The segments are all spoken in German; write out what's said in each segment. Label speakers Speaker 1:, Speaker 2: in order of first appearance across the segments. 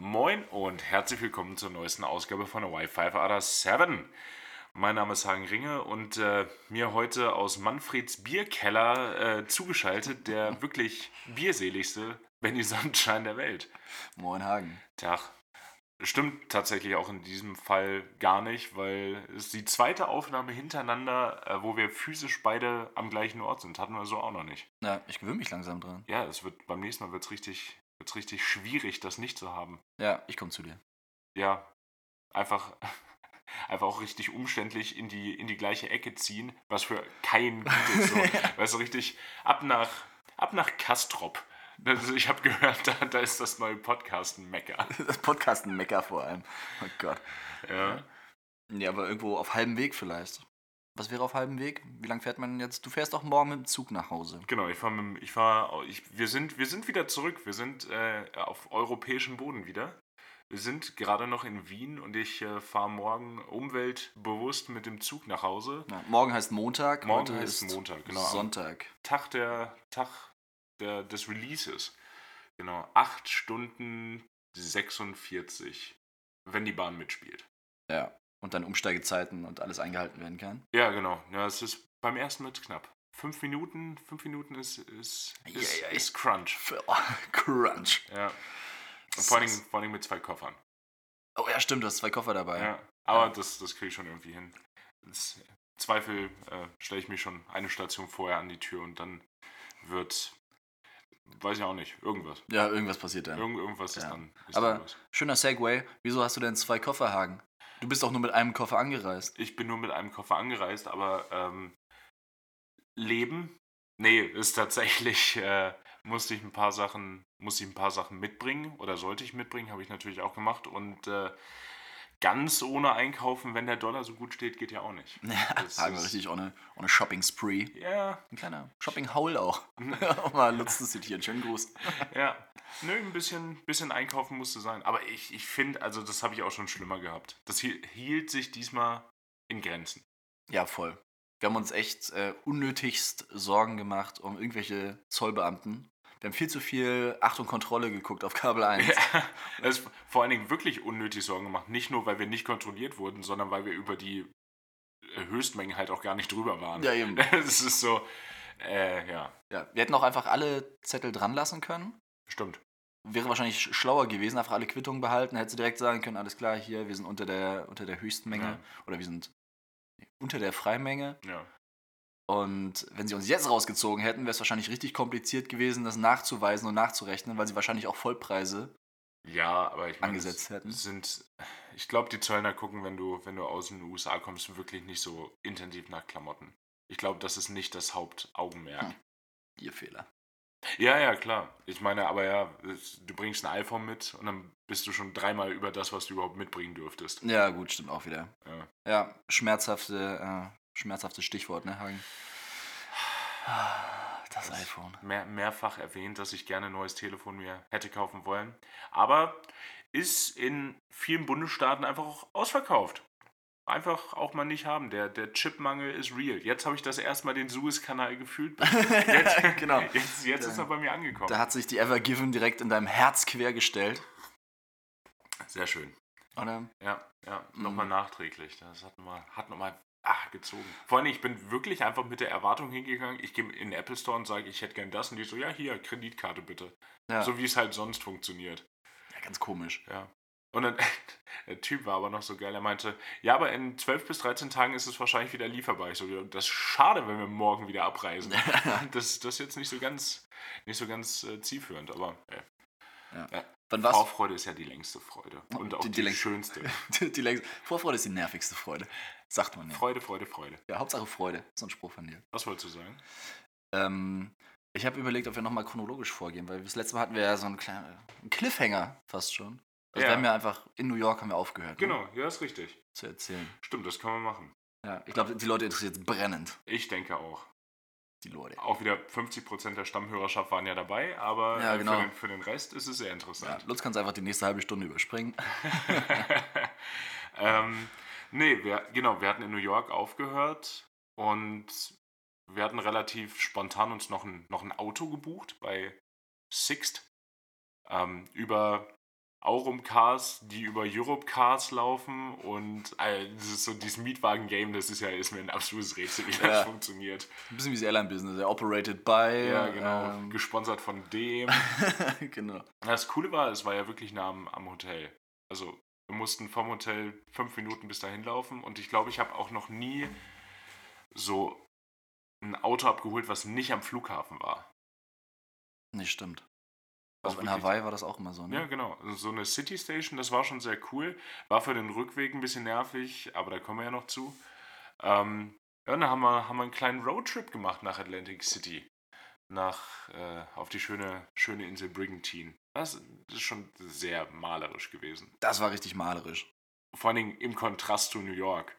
Speaker 1: Moin und herzlich willkommen zur neuesten Ausgabe von Wi-Fi Ada 7. Mein Name ist Hagen Ringe und äh, mir heute aus Manfreds Bierkeller äh, zugeschaltet der wirklich bierseligste Benny Sandschein der Welt.
Speaker 2: Moin Hagen.
Speaker 1: Tag. Stimmt tatsächlich auch in diesem Fall gar nicht, weil es die zweite Aufnahme hintereinander, äh, wo wir physisch beide am gleichen Ort sind, hatten wir so auch noch nicht.
Speaker 2: Na, ich gewöhne mich langsam dran.
Speaker 1: Ja, es wird beim nächsten Mal wird es richtig, wird's richtig schwierig, das nicht zu haben.
Speaker 2: Ja, ich komme zu dir.
Speaker 1: Ja, einfach, einfach auch richtig umständlich in die, in die gleiche Ecke ziehen, was für kein gut ist. So. Weißt du, richtig ab nach, ab nach Kastrop. Das, ich habe gehört, da, da ist das neue Podcasten-Mecker.
Speaker 2: Das Podcasten-Mecker vor allem. Oh Gott.
Speaker 1: Ja.
Speaker 2: Ja, aber irgendwo auf halbem Weg vielleicht. Was wäre auf halbem Weg? Wie lange fährt man denn jetzt? Du fährst doch morgen mit dem Zug nach Hause.
Speaker 1: Genau, ich fahre mit dem- ich fahr, ich, wir sind, wir sind wieder zurück. Wir sind äh, auf europäischem Boden wieder. Wir sind gerade noch in Wien und ich äh, fahre morgen umweltbewusst mit dem Zug nach Hause.
Speaker 2: Na, morgen heißt Montag.
Speaker 1: Morgen
Speaker 2: heute
Speaker 1: ist
Speaker 2: heißt
Speaker 1: Montag, genau. Am
Speaker 2: Sonntag.
Speaker 1: Tag der Tag der, des Releases. Genau, 8 Stunden 46, wenn die Bahn mitspielt.
Speaker 2: Ja. Und dann Umsteigezeiten und alles eingehalten werden kann.
Speaker 1: Ja, genau. Ja, es ist beim ersten Mal knapp. Fünf Minuten, fünf Minuten ist, ist,
Speaker 2: Ja,
Speaker 1: ist,
Speaker 2: ja,
Speaker 1: ist Crunch.
Speaker 2: Oh, Crunch.
Speaker 1: Ja. Und vor allen, Dingen, vor allen Dingen mit zwei Koffern.
Speaker 2: Oh ja, stimmt, du hast zwei Koffer dabei.
Speaker 1: Ja. Aber das, das kriege ich schon irgendwie hin. Das, Im Zweifel äh, stelle ich mich schon eine Station vorher an die Tür und dann wird, weiß ich auch nicht, irgendwas.
Speaker 2: Ja, irgendwas passiert dann.
Speaker 1: Irgend, irgendwas ist
Speaker 2: Ja.
Speaker 1: dann. Ist dann
Speaker 2: aber
Speaker 1: los.
Speaker 2: schöner Segway. Wieso hast du denn zwei Koffer, Hagen? Du bist doch nur mit einem Koffer angereist.
Speaker 1: ich bin nur mit einem Koffer angereist, aber ähm, Leben? Nee, ist tatsächlich, äh, musste ich ein paar Sachen, musste ich ein paar Sachen mitbringen oder sollte ich mitbringen, habe ich natürlich auch gemacht. Und äh, ganz ohne einkaufen, wenn der Dollar so gut steht, geht ja auch nicht.
Speaker 2: Ja,
Speaker 1: Das
Speaker 2: Hagen
Speaker 1: ist-
Speaker 2: war richtig ohne, ohne Shopping-Spree.
Speaker 1: Ja,
Speaker 2: Ein kleiner Shopping-Haul auch. Auch mal Lutzen City, einen schönen Gruß.
Speaker 1: ja. Nö, ein bisschen, bisschen einkaufen musste sein. Aber ich, ich finde, also das habe ich auch schon schlimmer gehabt. Das hiel- hielt sich diesmal in Grenzen.
Speaker 2: Ja, voll. Wir haben uns echt äh, unnötigst Sorgen gemacht um irgendwelche Zollbeamten. Wir haben viel zu viel Acht und Kontrolle geguckt auf Kabel 1.
Speaker 1: Ja, das ist vor allen Dingen wirklich unnötig Sorgen gemacht. Nicht nur, weil wir nicht kontrolliert wurden, sondern weil wir über die äh, Höchstmengen halt auch gar nicht drüber waren.
Speaker 2: Ja, eben.
Speaker 1: Das ist so, äh, ja,
Speaker 2: Ja, wir hätten auch einfach alle Zettel dran lassen können.
Speaker 1: stimmt.
Speaker 2: Wäre wahrscheinlich sch- schlauer gewesen, einfach alle Quittungen behalten. Hättest du direkt sagen können, alles klar, hier, wir sind unter der, unter der Höchstmenge.
Speaker 1: Ja.
Speaker 2: Oder wir sind unter der Freimenge.
Speaker 1: Ja.
Speaker 2: Und wenn sie uns jetzt rausgezogen hätten, wäre es wahrscheinlich richtig kompliziert gewesen, das nachzuweisen und nachzurechnen, weil sie wahrscheinlich auch Vollpreise
Speaker 1: Ja, aber ich meine,
Speaker 2: Angesetzt
Speaker 1: es
Speaker 2: hätten.
Speaker 1: sind, ich glaube, die Zöllner gucken, wenn du, wenn du aus den USA kommst, wirklich nicht so intensiv nach Klamotten. Ich glaube, das ist nicht das Hauptaugenmerk.
Speaker 2: Hm. Ihr Fehler.
Speaker 1: Ja, ja, klar. Ich meine, aber ja, es- du bringst ein iPhone mit und dann bist du schon dreimal über das, was du überhaupt mitbringen dürftest.
Speaker 2: Ja, gut, stimmt auch wieder.
Speaker 1: Ja.
Speaker 2: Ja, schmerzhafte, äh, schmerzhaftes Stichwort, ne, Hagen? Das iPhone.
Speaker 1: mehr, mehrfach erwähnt, dass ich gerne ein neues Telefon mir hätte kaufen wollen. Aber ist in vielen Bundesstaaten einfach auch ausverkauft. Einfach auch mal nicht haben. Der, der Chipmangel ist real. Jetzt habe ich das erstmal den Suezkanal gefühlt. Jetzt,
Speaker 2: genau.
Speaker 1: Jetzt, jetzt ist er bei mir angekommen.
Speaker 2: Da hat sich die Ever Given direkt in deinem Herz quergestellt.
Speaker 1: Sehr schön.
Speaker 2: Oder?
Speaker 1: Ja, ja.
Speaker 2: Mhm.
Speaker 1: Nochmal nachträglich. Das hat nochmal hat noch mal, ah, gezogen. Vor allem, ich bin wirklich einfach mit der Erwartung hingegangen. Ich gehe in den Apple Store und sage, ich hätte gern das. Und die so, ja, hier, Kreditkarte bitte.
Speaker 2: Ja.
Speaker 1: So wie es halt sonst funktioniert.
Speaker 2: ja, ganz komisch.
Speaker 1: Ja. Und dann, der Typ war aber noch so geil, er meinte, ja, aber in 12 bis 13 Tagen ist es wahrscheinlich wieder lieferbar. Ich so, ja, das ist schade, wenn wir morgen wieder abreisen. das, das ist jetzt nicht so ganz, nicht so ganz äh, zielführend, aber äh,
Speaker 2: Wann warst
Speaker 1: Vorfreude ist ja die längste Freude. Und auch
Speaker 2: die-
Speaker 1: die,
Speaker 2: die längste-
Speaker 1: schönste.
Speaker 2: du? Die längste- Vorfreude ist die nervigste Freude. Sagt man ja.
Speaker 1: Freude, Freude, Freude.
Speaker 2: ja. Hauptsache Freude. So ein Spruch von dir.
Speaker 1: Was wolltest du sagen?
Speaker 2: Ähm, ich habe überlegt, ob wir nochmal chronologisch vorgehen, weil das letzte Mal hatten wir ja so einen kleinen äh, einen Cliffhanger fast schon. Also
Speaker 1: Ja.
Speaker 2: wir haben ja einfach, in New York haben wir aufgehört, ne,
Speaker 1: Genau, ja, ist richtig.
Speaker 2: zu erzählen.
Speaker 1: Stimmt, das kann man machen.
Speaker 2: Ja, ich glaube, die Leute interessiert es brennend,
Speaker 1: Ich denke auch.
Speaker 2: die Leute.
Speaker 1: Auch wieder 50% der Stammhörerschaft waren ja dabei, aber
Speaker 2: Ja,
Speaker 1: äh,
Speaker 2: genau.
Speaker 1: für, den, für den Rest ist es sehr
Speaker 2: Ja,
Speaker 1: interessant.
Speaker 2: Lutz kannst einfach die nächste halbe Stunde überspringen.
Speaker 1: ähm, nee, wir, genau, wir hatten in New York aufgehört und wir hatten relativ spontan uns noch ein, noch ein Auto gebucht bei Sixt ähm, über auch um Cars, die über Europe Cars laufen und äh, dieses, so dieses Mietwagen-Game, das ist ja ist mir ein absolutes Rätsel, wie das
Speaker 2: Ja.
Speaker 1: funktioniert.
Speaker 2: Ein bisschen wie das Airline-Business. ja, Operated by.
Speaker 1: Ja, genau.
Speaker 2: Ähm,
Speaker 1: Gesponsert von E dem.
Speaker 2: genau.
Speaker 1: Das Coole war, es war ja wirklich nah am, am Hotel. Also wir mussten vom Hotel fünf Minuten bis dahin laufen und ich glaube, ich habe auch noch nie so ein Auto abgeholt, was nicht am Flughafen war.
Speaker 2: Nee, stimmt.
Speaker 1: Also
Speaker 2: Auch in
Speaker 1: wirklich-
Speaker 2: Hawaii war das auch immer so, ne?
Speaker 1: Ja, genau. Also So eine City Station, das war schon sehr cool. War für den Rückweg ein bisschen nervig, aber da kommen wir ja noch zu. Ähm, ja, dann haben wir, haben wir einen kleinen Roadtrip gemacht nach Atlantic City. Nach, äh, auf die schöne, schöne Insel Brigantine. Das ist schon sehr malerisch gewesen.
Speaker 2: Das war richtig malerisch.
Speaker 1: vor allen Dingen im Kontrast zu New York.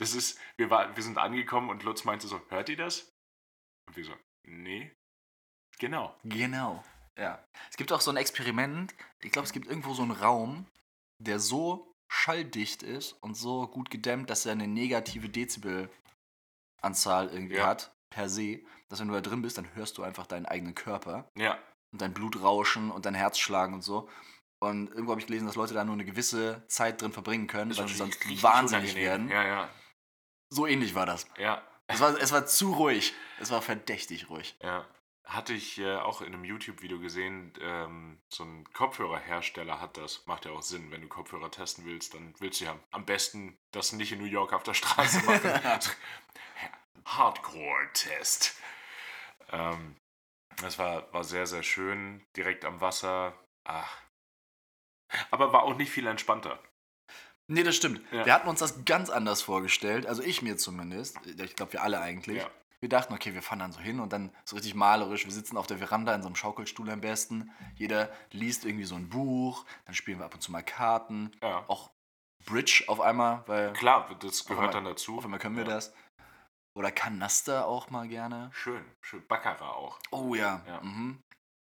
Speaker 1: Das ist, wir, war, wir sind angekommen und Lutz meinte so, hört ihr das? Und wir so, nee. Genau.
Speaker 2: Genau. Ja. Es gibt auch so ein Experiment. Ich glaube, es gibt irgendwo so einen Raum, der so schalldicht ist und so gut gedämmt, dass er eine negative Dezibelanzahl irgendwie
Speaker 1: Ja.
Speaker 2: hat, per se. Dass wenn du da drin bist, dann hörst du einfach deinen eigenen Körper
Speaker 1: Ja,
Speaker 2: und dein Blut rauschen und dein Herz schlagen und so. Und irgendwo habe ich gelesen, dass Leute da nur eine gewisse Zeit drin verbringen können, weil sie sonst wahnsinnig werden.
Speaker 1: Ja, ja,
Speaker 2: So ähnlich war das.
Speaker 1: ja,
Speaker 2: Es war, es war zu ruhig. Es war verdächtig ruhig.
Speaker 1: ja. Hatte ich äh, auch in einem YouTube-Video gesehen, ähm, so ein Kopfhörerhersteller hat das. Macht ja auch Sinn, wenn du Kopfhörer testen willst, dann willst du ja am besten das nicht in New York auf der Straße machen. Hardcore-Test. Ähm, das war, war sehr, sehr schön. Direkt am Wasser. Ach. Aber war auch nicht viel entspannter.
Speaker 2: Nee, das stimmt.
Speaker 1: Ja.
Speaker 2: Wir hatten uns das ganz anders vorgestellt, also ich mir zumindest, ich glaube wir alle eigentlich.
Speaker 1: Ja.
Speaker 2: Wir dachten, okay, wir fahren dann so hin und dann so richtig malerisch, wir sitzen auf der Veranda in so einem Schaukelstuhl am besten, jeder liest irgendwie so ein Buch, dann spielen wir ab und zu mal Karten,
Speaker 1: Ja.
Speaker 2: auch Bridge auf einmal, weil
Speaker 1: Klar, das
Speaker 2: einmal-
Speaker 1: gehört dann dazu.
Speaker 2: auf einmal können wir
Speaker 1: Ja.
Speaker 2: das. Oder Kanaster auch mal gerne.
Speaker 1: Schön, schön. Baccarat auch.
Speaker 2: Oh ja.
Speaker 1: Ja.
Speaker 2: Mhm.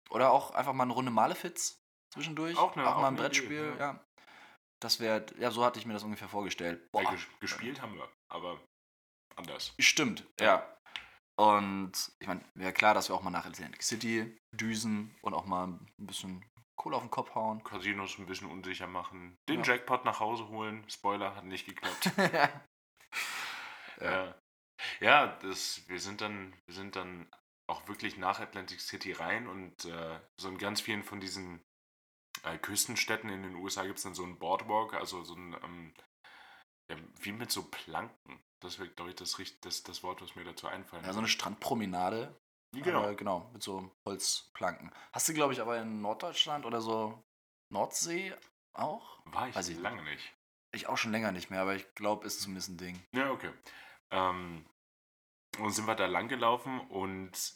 Speaker 2: Oder auch einfach mal eine Runde Malefiz zwischendurch.
Speaker 1: Auch eine-
Speaker 2: auch,
Speaker 1: auch
Speaker 2: mal ein
Speaker 1: eine
Speaker 2: Brettspiel,
Speaker 1: Idee,
Speaker 2: ja. Das wäre, ja, so hatte ich mir das ungefähr vorgestellt.
Speaker 1: Weil
Speaker 2: Boah,
Speaker 1: ges gespielt haben wir, aber anders.
Speaker 2: stimmt, ja. Und ich meine, wäre klar, dass wir auch mal nach Atlantic City düsen und auch mal ein bisschen Kohle auf den Kopf hauen.
Speaker 1: Casinos ein bisschen unsicher machen. Den
Speaker 2: Ja.
Speaker 1: Jackpot nach Hause holen. Spoiler, hat nicht geklappt.
Speaker 2: Ja.
Speaker 1: Ja, ja das, wir, sind dann, wir sind dann auch wirklich nach Atlantic City rein und äh, so in ganz vielen von diesen äh, Küstenstädten in den USA gibt es dann so einen Boardwalk, also so ein, ähm, ja, wie mit so Planken. Das wäre, glaube ich, das, richt- das, das Wort, was mir dazu einfallen
Speaker 2: ja, so eine Strandpromenade.
Speaker 1: Genau.
Speaker 2: Aber genau, mit so Holzplanken. Hast du, glaube ich, aber in Norddeutschland oder so Nordsee auch?
Speaker 1: War ich,
Speaker 2: weiß ich
Speaker 1: lange nicht.
Speaker 2: Ich auch schon länger nicht mehr, aber ich glaube, ist zumindest ein Ding.
Speaker 1: Ja, okay. Ähm, und sind wir da lang gelaufen und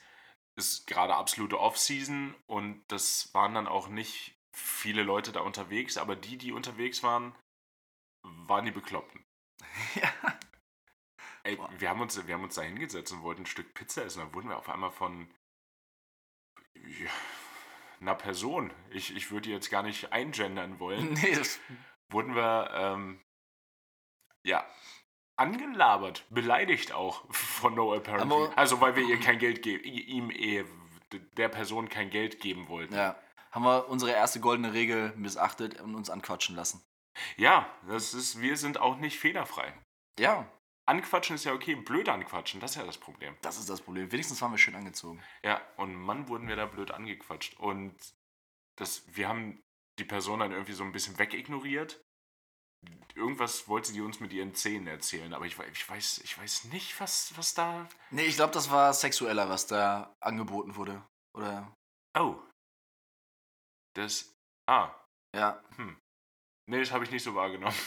Speaker 1: ist gerade absolute Off-Season und das waren dann auch nicht viele Leute da unterwegs, aber die, die unterwegs waren, waren die Bekloppten.
Speaker 2: ja.
Speaker 1: Ey,
Speaker 2: Boah.
Speaker 1: wir haben, uns, wir haben uns da hingesetzt und wollten ein Stück Pizza essen. Da wurden wir auf einmal von ja, einer Person, ich, ich würde die jetzt gar nicht eingendern wollen,
Speaker 2: Nee, das,
Speaker 1: wurden wir ähm, ja angelabert, beleidigt auch von No Apparent.
Speaker 2: Aber-
Speaker 1: Also weil wir ihr kein Geld geben, ihm eh der Person kein Geld geben wollten. Ja,
Speaker 2: ja. Haben wir unsere erste goldene Regel missachtet und uns anquatschen lassen.
Speaker 1: das ist, wir sind auch nicht fehlerfrei.
Speaker 2: Ja,
Speaker 1: Anquatschen ist ja okay, blöd anquatschen, das ist ja das Problem.
Speaker 2: das ist das Problem. Wenigstens waren wir schön angezogen.
Speaker 1: Ja, und Mann, wurden wir da blöd angequatscht. Und das, wir haben die Person dann irgendwie so ein bisschen wegignoriert. Irgendwas wollte die uns mit ihren Zähnen erzählen, aber ich, wei- ich, weiß, ich weiß nicht, was, was da
Speaker 2: Nee, ich glaube, das war sexueller, was da angeboten wurde. Oder,
Speaker 1: Oh. Das. Ah.
Speaker 2: ja.
Speaker 1: Nee, das habe ich nicht so wahrgenommen.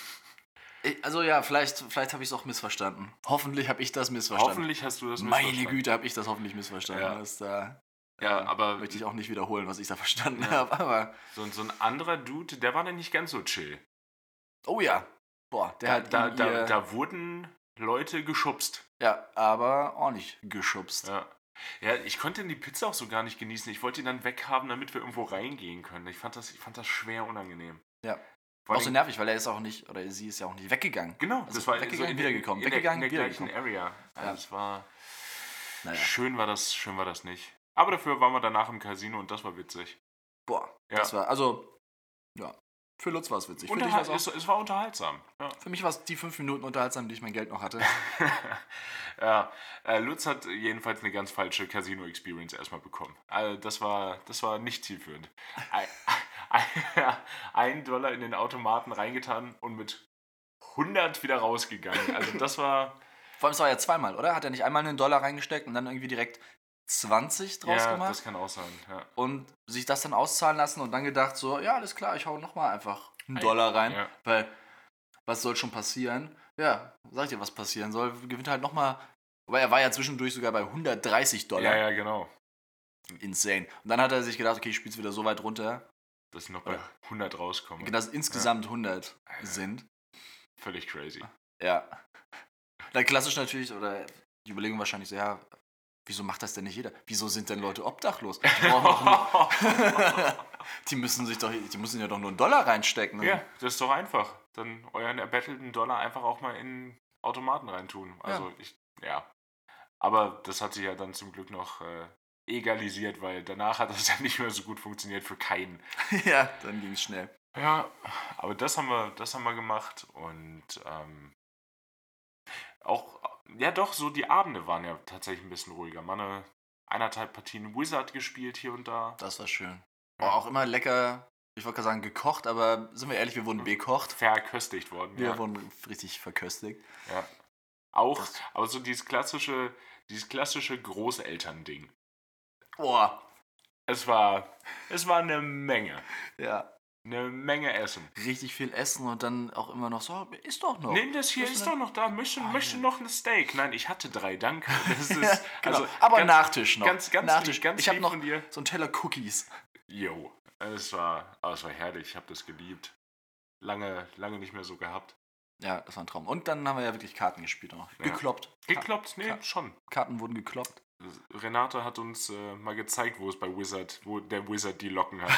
Speaker 2: Ich, also ja, vielleicht, vielleicht habe ich es auch missverstanden. Hoffentlich habe ich das missverstanden.
Speaker 1: Hoffentlich hast du das
Speaker 2: Meine
Speaker 1: missverstanden.
Speaker 2: Güte, habe ich das hoffentlich missverstanden.
Speaker 1: Ja.
Speaker 2: Das, da
Speaker 1: Ja, aber
Speaker 2: möchte ich auch nicht wiederholen, was ich da verstanden
Speaker 1: Ja.
Speaker 2: habe. Aber,
Speaker 1: so, so ein anderer Dude, der war dann nicht ganz so chill.
Speaker 2: oh ja. Boah, der
Speaker 1: Da,
Speaker 2: hat
Speaker 1: da,
Speaker 2: ihn
Speaker 1: da,
Speaker 2: ihr-
Speaker 1: da wurden Leute geschubst.
Speaker 2: Ja, aber auch nicht geschubst.
Speaker 1: Ja. Ja, ich konnte die Pizza auch so gar nicht genießen. Ich wollte die dann weghaben, damit wir irgendwo reingehen können. Ich fand das, ich fand das schwer unangenehm.
Speaker 2: Ja.
Speaker 1: Vor
Speaker 2: auch so
Speaker 1: allem-
Speaker 2: nervig, weil er ist auch nicht, oder sie ist ja auch nicht weggegangen.
Speaker 1: genau,
Speaker 2: Also
Speaker 1: das war
Speaker 2: weggegangen,
Speaker 1: so in der-
Speaker 2: wiedergekommen,
Speaker 1: In der, in
Speaker 2: weggegangen,
Speaker 1: der gleichen
Speaker 2: wiedergekommen.
Speaker 1: Area. Also
Speaker 2: Ja.
Speaker 1: es war.
Speaker 2: Naja.
Speaker 1: Schön war das, schön war das nicht. Aber dafür waren wir danach im Casino und das war witzig.
Speaker 2: Boah,
Speaker 1: Ja.
Speaker 2: das war, also, Für Lutz war es witzig. Für dich war
Speaker 1: Unterhal
Speaker 2: es auch.
Speaker 1: es, es war unterhaltsam. Ja.
Speaker 2: Für mich war es die fünf Minuten unterhaltsam, die ich mein Geld noch hatte.
Speaker 1: ja, äh, Lutz hat jedenfalls eine ganz falsche Casino-Experience erstmal bekommen. Also das, war, das war nicht zielführend. Ein- Ein Dollar in den Automaten reingetan und mit 100 wieder rausgegangen. Also das war...
Speaker 2: Vor allem, es war ja zweimal, oder? Hat er nicht einmal einen Dollar reingesteckt und dann irgendwie direkt 20 draus
Speaker 1: ja,
Speaker 2: gemacht
Speaker 1: das kann auch sein. Ja.
Speaker 2: und sich das dann auszahlen lassen und dann gedacht, so, ja, alles klar, ich hau nochmal einfach einen
Speaker 1: Ein-
Speaker 2: Dollar rein,
Speaker 1: ja.
Speaker 2: weil was soll schon passieren? Ja, sag ich dir, was passieren soll, gewinnt halt nochmal. Aber er war ja zwischendurch sogar bei 130 Dollar.
Speaker 1: ja, ja, genau.
Speaker 2: Insane. Und dann hat er sich gedacht, okay, ich spiel's wieder so weit runter,
Speaker 1: Dass ich noch bei 100 rauskomme.
Speaker 2: dass insgesamt 100 sind.
Speaker 1: Völlig crazy.
Speaker 2: Ja. Na, klassisch natürlich, oder die Überlegung wahrscheinlich so, ja, wieso macht das denn nicht jeder? Wieso sind denn Leute obdachlos? Die, brauchen doch
Speaker 1: Oh.
Speaker 2: nur- die müssen sich doch, die müssen ja doch nur einen Dollar reinstecken. Und-
Speaker 1: Ja, das ist doch einfach. Dann euren erbettelten Dollar einfach auch mal in Automaten reintun. Also ich, ja. Aber das hat sich ja dann zum Glück noch äh, egalisiert, weil danach hat das ja nicht mehr so gut funktioniert für keinen.
Speaker 2: ja dann ging's schnell.
Speaker 1: Ja, aber das haben wir, das haben wir gemacht und ähm, auch, ja doch, so die Abende waren ja tatsächlich ein bisschen ruhiger. Man eine eineinhalb Partien Wizard gespielt hier und da.
Speaker 2: Das war schön. Oh, auch immer lecker, ich wollte gerade sagen gekocht, aber sind wir ehrlich, wir wurden bekocht.
Speaker 1: Verköstigt worden.
Speaker 2: Wir
Speaker 1: ja.
Speaker 2: wurden richtig verköstigt.
Speaker 1: Ja. Auch,
Speaker 2: Das-
Speaker 1: aber so dieses klassische, dieses klassische Großelternding.
Speaker 2: Boah,
Speaker 1: Es war, es war eine Menge.
Speaker 2: ja.
Speaker 1: Eine Menge Essen.
Speaker 2: Richtig viel essen und dann auch immer noch so, ist doch noch.
Speaker 1: Nimm das hier,
Speaker 2: Oh, Müssen
Speaker 1: ist
Speaker 2: wir-
Speaker 1: doch noch da. Möchte, möchte noch ein Steak. Nein, ich hatte drei, danke. Das ist,
Speaker 2: Ja, genau.
Speaker 1: also,
Speaker 2: aber
Speaker 1: ganz,
Speaker 2: Nachtisch noch.
Speaker 1: ganz- ganz lieb,
Speaker 2: Nachtisch.
Speaker 1: ganz
Speaker 2: ich habe
Speaker 1: lieb
Speaker 2: noch
Speaker 1: von dir.
Speaker 2: so einen Teller Cookies.
Speaker 1: Jo, es war, ah, es war herrlich. Ich habe das geliebt. Lange, lange nicht mehr so gehabt.
Speaker 2: Ja, das war ein Traum. Und dann haben wir ja wirklich Karten gespielt auch.
Speaker 1: Ja.
Speaker 2: Gekloppt.
Speaker 1: Geklappt? Nee,
Speaker 2: Ka-
Speaker 1: schon.
Speaker 2: Karten wurden gekloppt.
Speaker 1: Renate hat uns äh, mal gezeigt, wo es bei Wizard, wo der Wizard die Locken hat.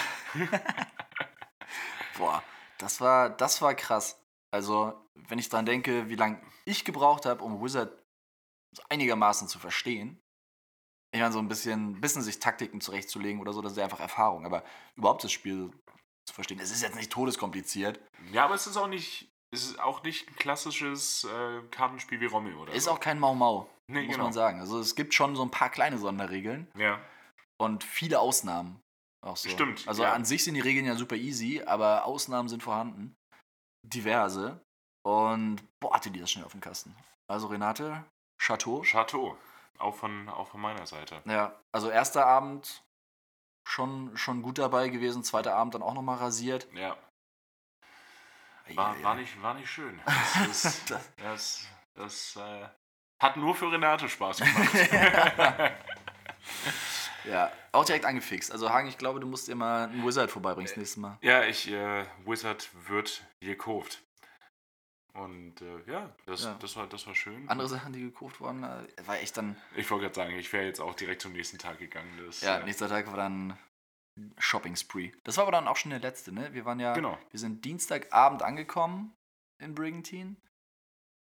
Speaker 2: Boah, das war, das war krass. Also, wenn ich dran denke, wie lange ich gebraucht habe, um Wizard so einigermaßen zu verstehen. Ich meine, so ein bisschen, bisschen sich Taktiken zurechtzulegen oder so, das ist ja einfach Erfahrung. Aber überhaupt das Spiel zu verstehen, es ist jetzt nicht todeskompliziert.
Speaker 1: Ja, aber es ist auch nicht, es ist auch nicht ein klassisches äh, Kartenspiel wie Romeo oder
Speaker 2: Ist
Speaker 1: so.
Speaker 2: auch kein Mau Mau,
Speaker 1: nee, genau.
Speaker 2: muss man sagen. Also, es gibt schon so ein paar kleine Sonderregeln.
Speaker 1: Ja,
Speaker 2: und viele Ausnahmen. Auch so.
Speaker 1: Stimmt,
Speaker 2: Also
Speaker 1: ja.
Speaker 2: an sich sind die Regeln ja super easy, aber Ausnahmen sind vorhanden. Diverse. Und boah, hatte die das schnell auf dem Kasten. Also Renate, Chateau.
Speaker 1: Chateau. Auch von, auch von meiner Seite.
Speaker 2: Ja, also erster Abend schon, schon gut dabei gewesen, zweiter Abend dann auch nochmal rasiert.
Speaker 1: Ja, war, war, nicht, war nicht schön. Das, ist,
Speaker 2: Das-
Speaker 1: das, das äh, hat nur für Renate Spaß gemacht.
Speaker 2: Ja, auch direkt angefixt. Also Hagen, ich glaube, du musst dir mal einen Wizard vorbeibringen das nächste Mal.
Speaker 1: ja, ich, äh, Wizard wird gekauft. Und äh, ja, das,
Speaker 2: Ja.
Speaker 1: Das, war, das war schön.
Speaker 2: Andere Sachen, die gekauft wurden, äh, war echt dann.
Speaker 1: ich wollte gerade sagen, ich wäre jetzt auch direkt zum nächsten Tag gegangen. Das,
Speaker 2: Ja,
Speaker 1: äh,
Speaker 2: nächster Tag war dann Shopping Spree. Das war aber dann auch schon der letzte, ne? Wir waren ja,
Speaker 1: Genau.
Speaker 2: wir sind Dienstagabend angekommen in Brigantine.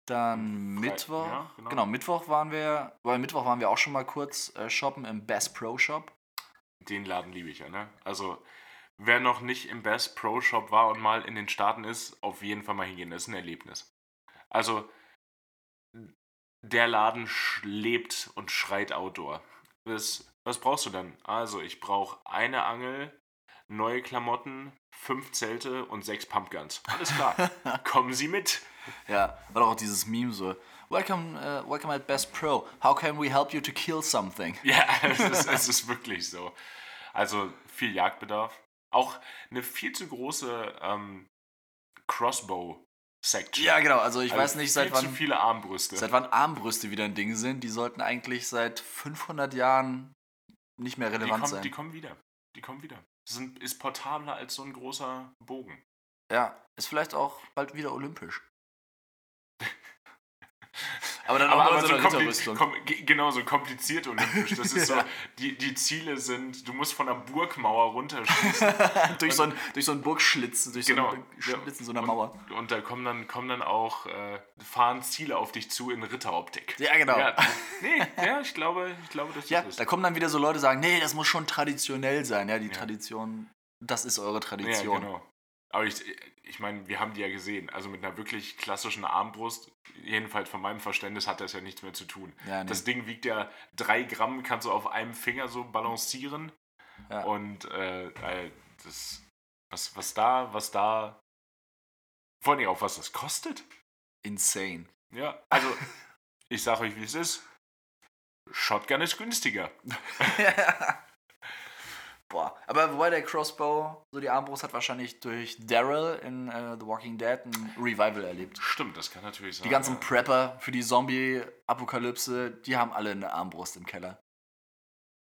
Speaker 2: Dann
Speaker 1: Frei-
Speaker 2: Mittwoch.
Speaker 1: ja, genau.
Speaker 2: genau. Mittwoch waren wir, weil Mittwoch waren wir auch schon mal kurz äh, shoppen im Bass Pro Shop.
Speaker 1: den Laden liebe ich ja, ne? Also, wer noch nicht im Best Pro Shop war und mal in den Staaten ist, auf jeden Fall mal hingehen. Das ist ein Erlebnis. Also, der Laden sch- lebt und schreit Outdoor. Was, was brauchst du dann? Also, ich brauche eine Angel, neue Klamotten, fünf Zelte und sechs Pumpguns. Alles klar. Kommen Sie mit.
Speaker 2: Ja, war doch auch dieses Meme so. Welcome, äh, welcome at Bass Pro. How can we help you to kill something?
Speaker 1: Ja, es ist, es ist wirklich so. Also viel Jagdbedarf. Auch eine viel zu große ähm, Crossbow-Section.
Speaker 2: Ja, genau. Also ich
Speaker 1: Also
Speaker 2: weiß nicht, seit
Speaker 1: viel zu
Speaker 2: wann,
Speaker 1: viele Armbrüste.
Speaker 2: seit wann Armbrüste wieder ein Ding sind. Die sollten eigentlich seit 500 Jahren nicht mehr
Speaker 1: die,
Speaker 2: relevant
Speaker 1: kommen,
Speaker 2: sein.
Speaker 1: die kommen wieder. Die kommen wieder. Sind, ist portabler als so ein großer Bogen.
Speaker 2: Ja, ist vielleicht auch bald wieder olympisch. aber dann
Speaker 1: Aber,
Speaker 2: auch
Speaker 1: aber
Speaker 2: mal so
Speaker 1: so
Speaker 2: eine
Speaker 1: kompli-
Speaker 2: Ritterrüstung.
Speaker 1: kom ge- genau, so kompliziert olympisch. Das ist
Speaker 2: Ja.
Speaker 1: so, die, die Ziele sind, du musst von der Burgmauer runterschießen.
Speaker 2: durch, so einen, durch so einen Burgschlitz, durch
Speaker 1: Genau.
Speaker 2: so einen Schlitz in so einer
Speaker 1: Und-
Speaker 2: Mauer.
Speaker 1: Und da kommen dann, kommen dann auch, äh, fahren Ziele auf dich zu in Ritteroptik.
Speaker 2: Ja, genau.
Speaker 1: Ja,
Speaker 2: Ja,
Speaker 1: nee, ja, ich glaube, ich glaube, das ist
Speaker 2: da
Speaker 1: es.
Speaker 2: kommen dann wieder so Leute sagen, nee, das muss schon traditionell sein. Ja, die
Speaker 1: Ja.
Speaker 2: Tradition, das ist eure
Speaker 1: Ja,
Speaker 2: Tradition.
Speaker 1: genau. Aber ich, ich meine, wir haben die ja gesehen. Also mit einer wirklich klassischen Armbrust, jedenfalls von meinem Verständnis, hat das ja nichts mehr zu tun.
Speaker 2: Ja, nee.
Speaker 1: genau. Das Ding wiegt ja drei Gramm, kannst du auf einem Finger so balancieren.
Speaker 2: Ja.
Speaker 1: Und äh, äh, das, was, was da, was da, vor allem auch was das kostet.
Speaker 2: Insane.
Speaker 1: Ja, also ich sage euch, wie es ist. Shotgun ist günstiger.
Speaker 2: Boah, aber wobei der Crossbow, so die Armbrust, hat wahrscheinlich durch Daryl in äh, The Walking Dead ein Revival erlebt.
Speaker 1: Stimmt, das kann natürlich sein.
Speaker 2: Die ganzen
Speaker 1: ja.
Speaker 2: Prepper für die Zombie-Apokalypse, die haben alle eine Armbrust im Keller.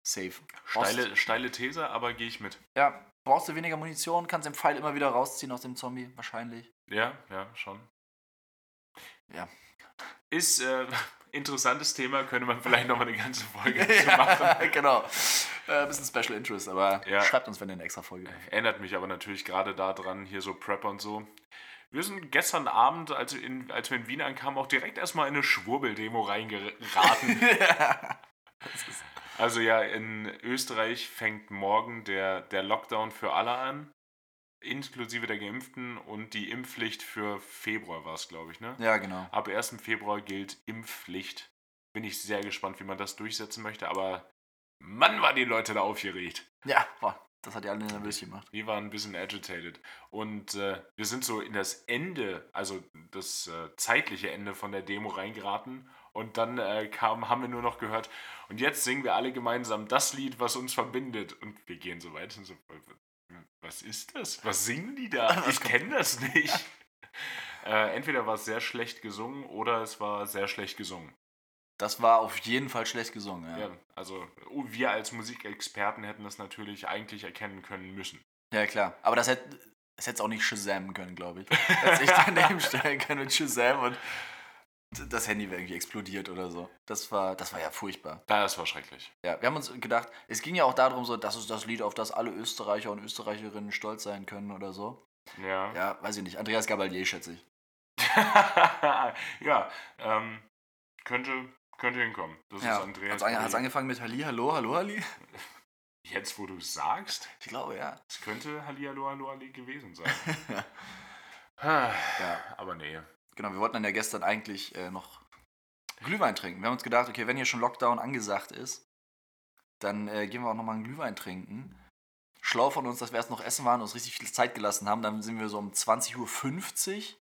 Speaker 2: Safe. Brauchst-
Speaker 1: steile, steile These, aber gehe ich mit.
Speaker 2: Ja, brauchst du weniger Munition, kannst den Pfeil immer wieder rausziehen aus dem Zombie, wahrscheinlich.
Speaker 1: Ja, ja, schon.
Speaker 2: Ja.
Speaker 1: Ist äh, interessantes Thema, könnte man vielleicht nochmal eine ganze Folge zu machen.
Speaker 2: genau. Äh, bisschen Special Interest, aber
Speaker 1: Ja.
Speaker 2: schreibt uns, wenn ihr eine extra Folge macht.
Speaker 1: Erinnert mich aber natürlich gerade daran, hier so Prep und so. Wir sind gestern Abend, als, wir in, als wir in Wien ankamen, auch direkt erstmal in eine Schwurbeldemo reingeraten. also ja, in Österreich fängt morgen der, der Lockdown für alle an, inklusive der Geimpften und die Impfpflicht für Februar war es, glaube ich, ne?
Speaker 2: Ja, genau.
Speaker 1: Ab 1. Februar gilt Impfpflicht. Bin ich sehr gespannt, wie man das durchsetzen möchte, aber Mann, waren die Leute da aufgeregt.
Speaker 2: Ja, boah, das hat ja alle nervös gemacht.
Speaker 1: Wir waren ein bisschen agitated. Und äh, wir sind so in das Ende, also das äh, zeitliche Ende von der Demo reingeraten. Und dann äh, kam, haben wir nur noch gehört, und jetzt singen wir alle gemeinsam das Lied, was uns verbindet. Und wir gehen so weit und so, was ist das? Was singen die da? Ich kenne das nicht. äh, entweder war es sehr schlecht gesungen oder es war sehr schlecht gesungen.
Speaker 2: Das war auf jeden Fall schlecht gesungen, ja.
Speaker 1: Ja, also oh, wir als Musikexperten hätten das natürlich eigentlich erkennen können müssen.
Speaker 2: Ja, klar. Aber das hätte es hätte auch nicht Shazam können, glaube ich. Hätte ich daneben stellen können mit Shazam und d- das Handy wäre irgendwie explodiert oder so. Das war, das war ja furchtbar.
Speaker 1: Das war schrecklich.
Speaker 2: Ja, wir haben uns gedacht, es ging ja auch darum, so, das ist das Lied, auf das alle Österreicher und Österreicherinnen stolz sein können oder so.
Speaker 1: Ja.
Speaker 2: Ja, weiß ich nicht. Andreas Gabalier, schätze ich.
Speaker 1: ja, ähm, könnte, könnte hinkommen. Das ist Andreas.
Speaker 2: Hat es angefangen mit Halli, hallo, hallo, Halli?
Speaker 1: Jetzt, wo du es sagst,
Speaker 2: Ich glaube, ja.
Speaker 1: es könnte Hallihallo Hallo Ali gewesen sein. ja. Aber nee.
Speaker 2: Genau, wir wollten dann ja gestern eigentlich äh, noch Glühwein trinken. Wir haben uns gedacht, okay, wenn hier schon Lockdown angesagt ist, dann äh, gehen wir auch nochmal einen Glühwein trinken. Schlau von uns, dass wir erst noch essen waren und uns richtig viel Zeit gelassen haben. Dann sind wir so um 20.50 Uhr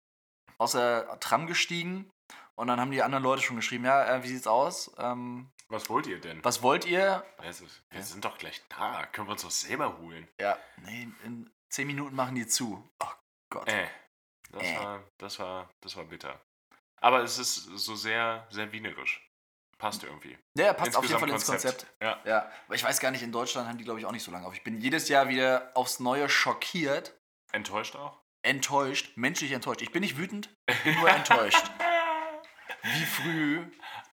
Speaker 2: aus der Tram gestiegen und dann haben die anderen Leute schon geschrieben, ja, äh, wie sieht's aus? Ähm,
Speaker 1: Was wollt ihr denn?
Speaker 2: was wollt ihr?
Speaker 1: Also, wir
Speaker 2: Ja.
Speaker 1: sind doch gleich da. Können wir uns doch selber holen.
Speaker 2: Ja. Nee, in 10 Minuten machen die zu. Oh Gott.
Speaker 1: Äh. Das,
Speaker 2: Äh.
Speaker 1: War, das, war, das war bitter. Aber es ist so sehr, sehr wienerisch. Passt irgendwie.
Speaker 2: Ja, passt auf jeden
Speaker 1: Insgesamt
Speaker 2: Fall ins Konzept.
Speaker 1: Ja.
Speaker 2: Ja, aber ich weiß gar nicht, in Deutschland haben die, glaube ich, auch nicht so lange auf. Ich bin jedes Jahr wieder aufs Neue schockiert,
Speaker 1: Enttäuscht auch?
Speaker 2: enttäuscht, menschlich enttäuscht. Ich bin nicht wütend, bin nur enttäuscht.
Speaker 1: Wie früh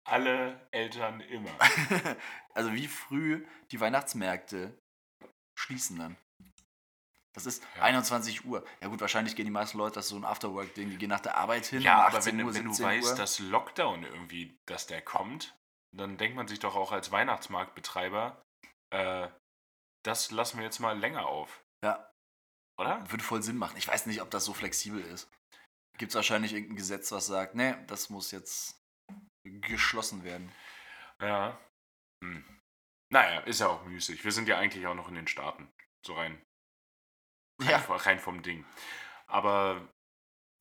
Speaker 1: alle Eltern immer.
Speaker 2: Also wie früh die Weihnachtsmärkte schließen dann. Das ist
Speaker 1: Ja.
Speaker 2: 21 Uhr. Ja gut, wahrscheinlich gehen die meisten Leute, das ist so ein Afterwork-Ding, die gehen nach der Arbeit hin.
Speaker 1: Ja,
Speaker 2: um
Speaker 1: aber
Speaker 2: 18
Speaker 1: wenn,
Speaker 2: Uhr,
Speaker 1: wenn du
Speaker 2: 17
Speaker 1: weißt,
Speaker 2: Uhr.
Speaker 1: dass Lockdown irgendwie, dass der kommt, dann denkt man sich doch auch als Weihnachtsmarktbetreiber, äh, das lassen wir jetzt mal länger auf,
Speaker 2: Ja,
Speaker 1: oder?
Speaker 2: würde voll Sinn machen. Ich weiß nicht, ob das so flexibel ist. Gibt es wahrscheinlich irgendein Gesetz, was sagt, nee, das muss jetzt geschlossen werden.
Speaker 1: Ja. Hm. Naja, ist ja auch müßig. Wir sind ja eigentlich auch noch in den Staaten. So rein, rein,
Speaker 2: Ja,
Speaker 1: vo- rein vom Ding. Aber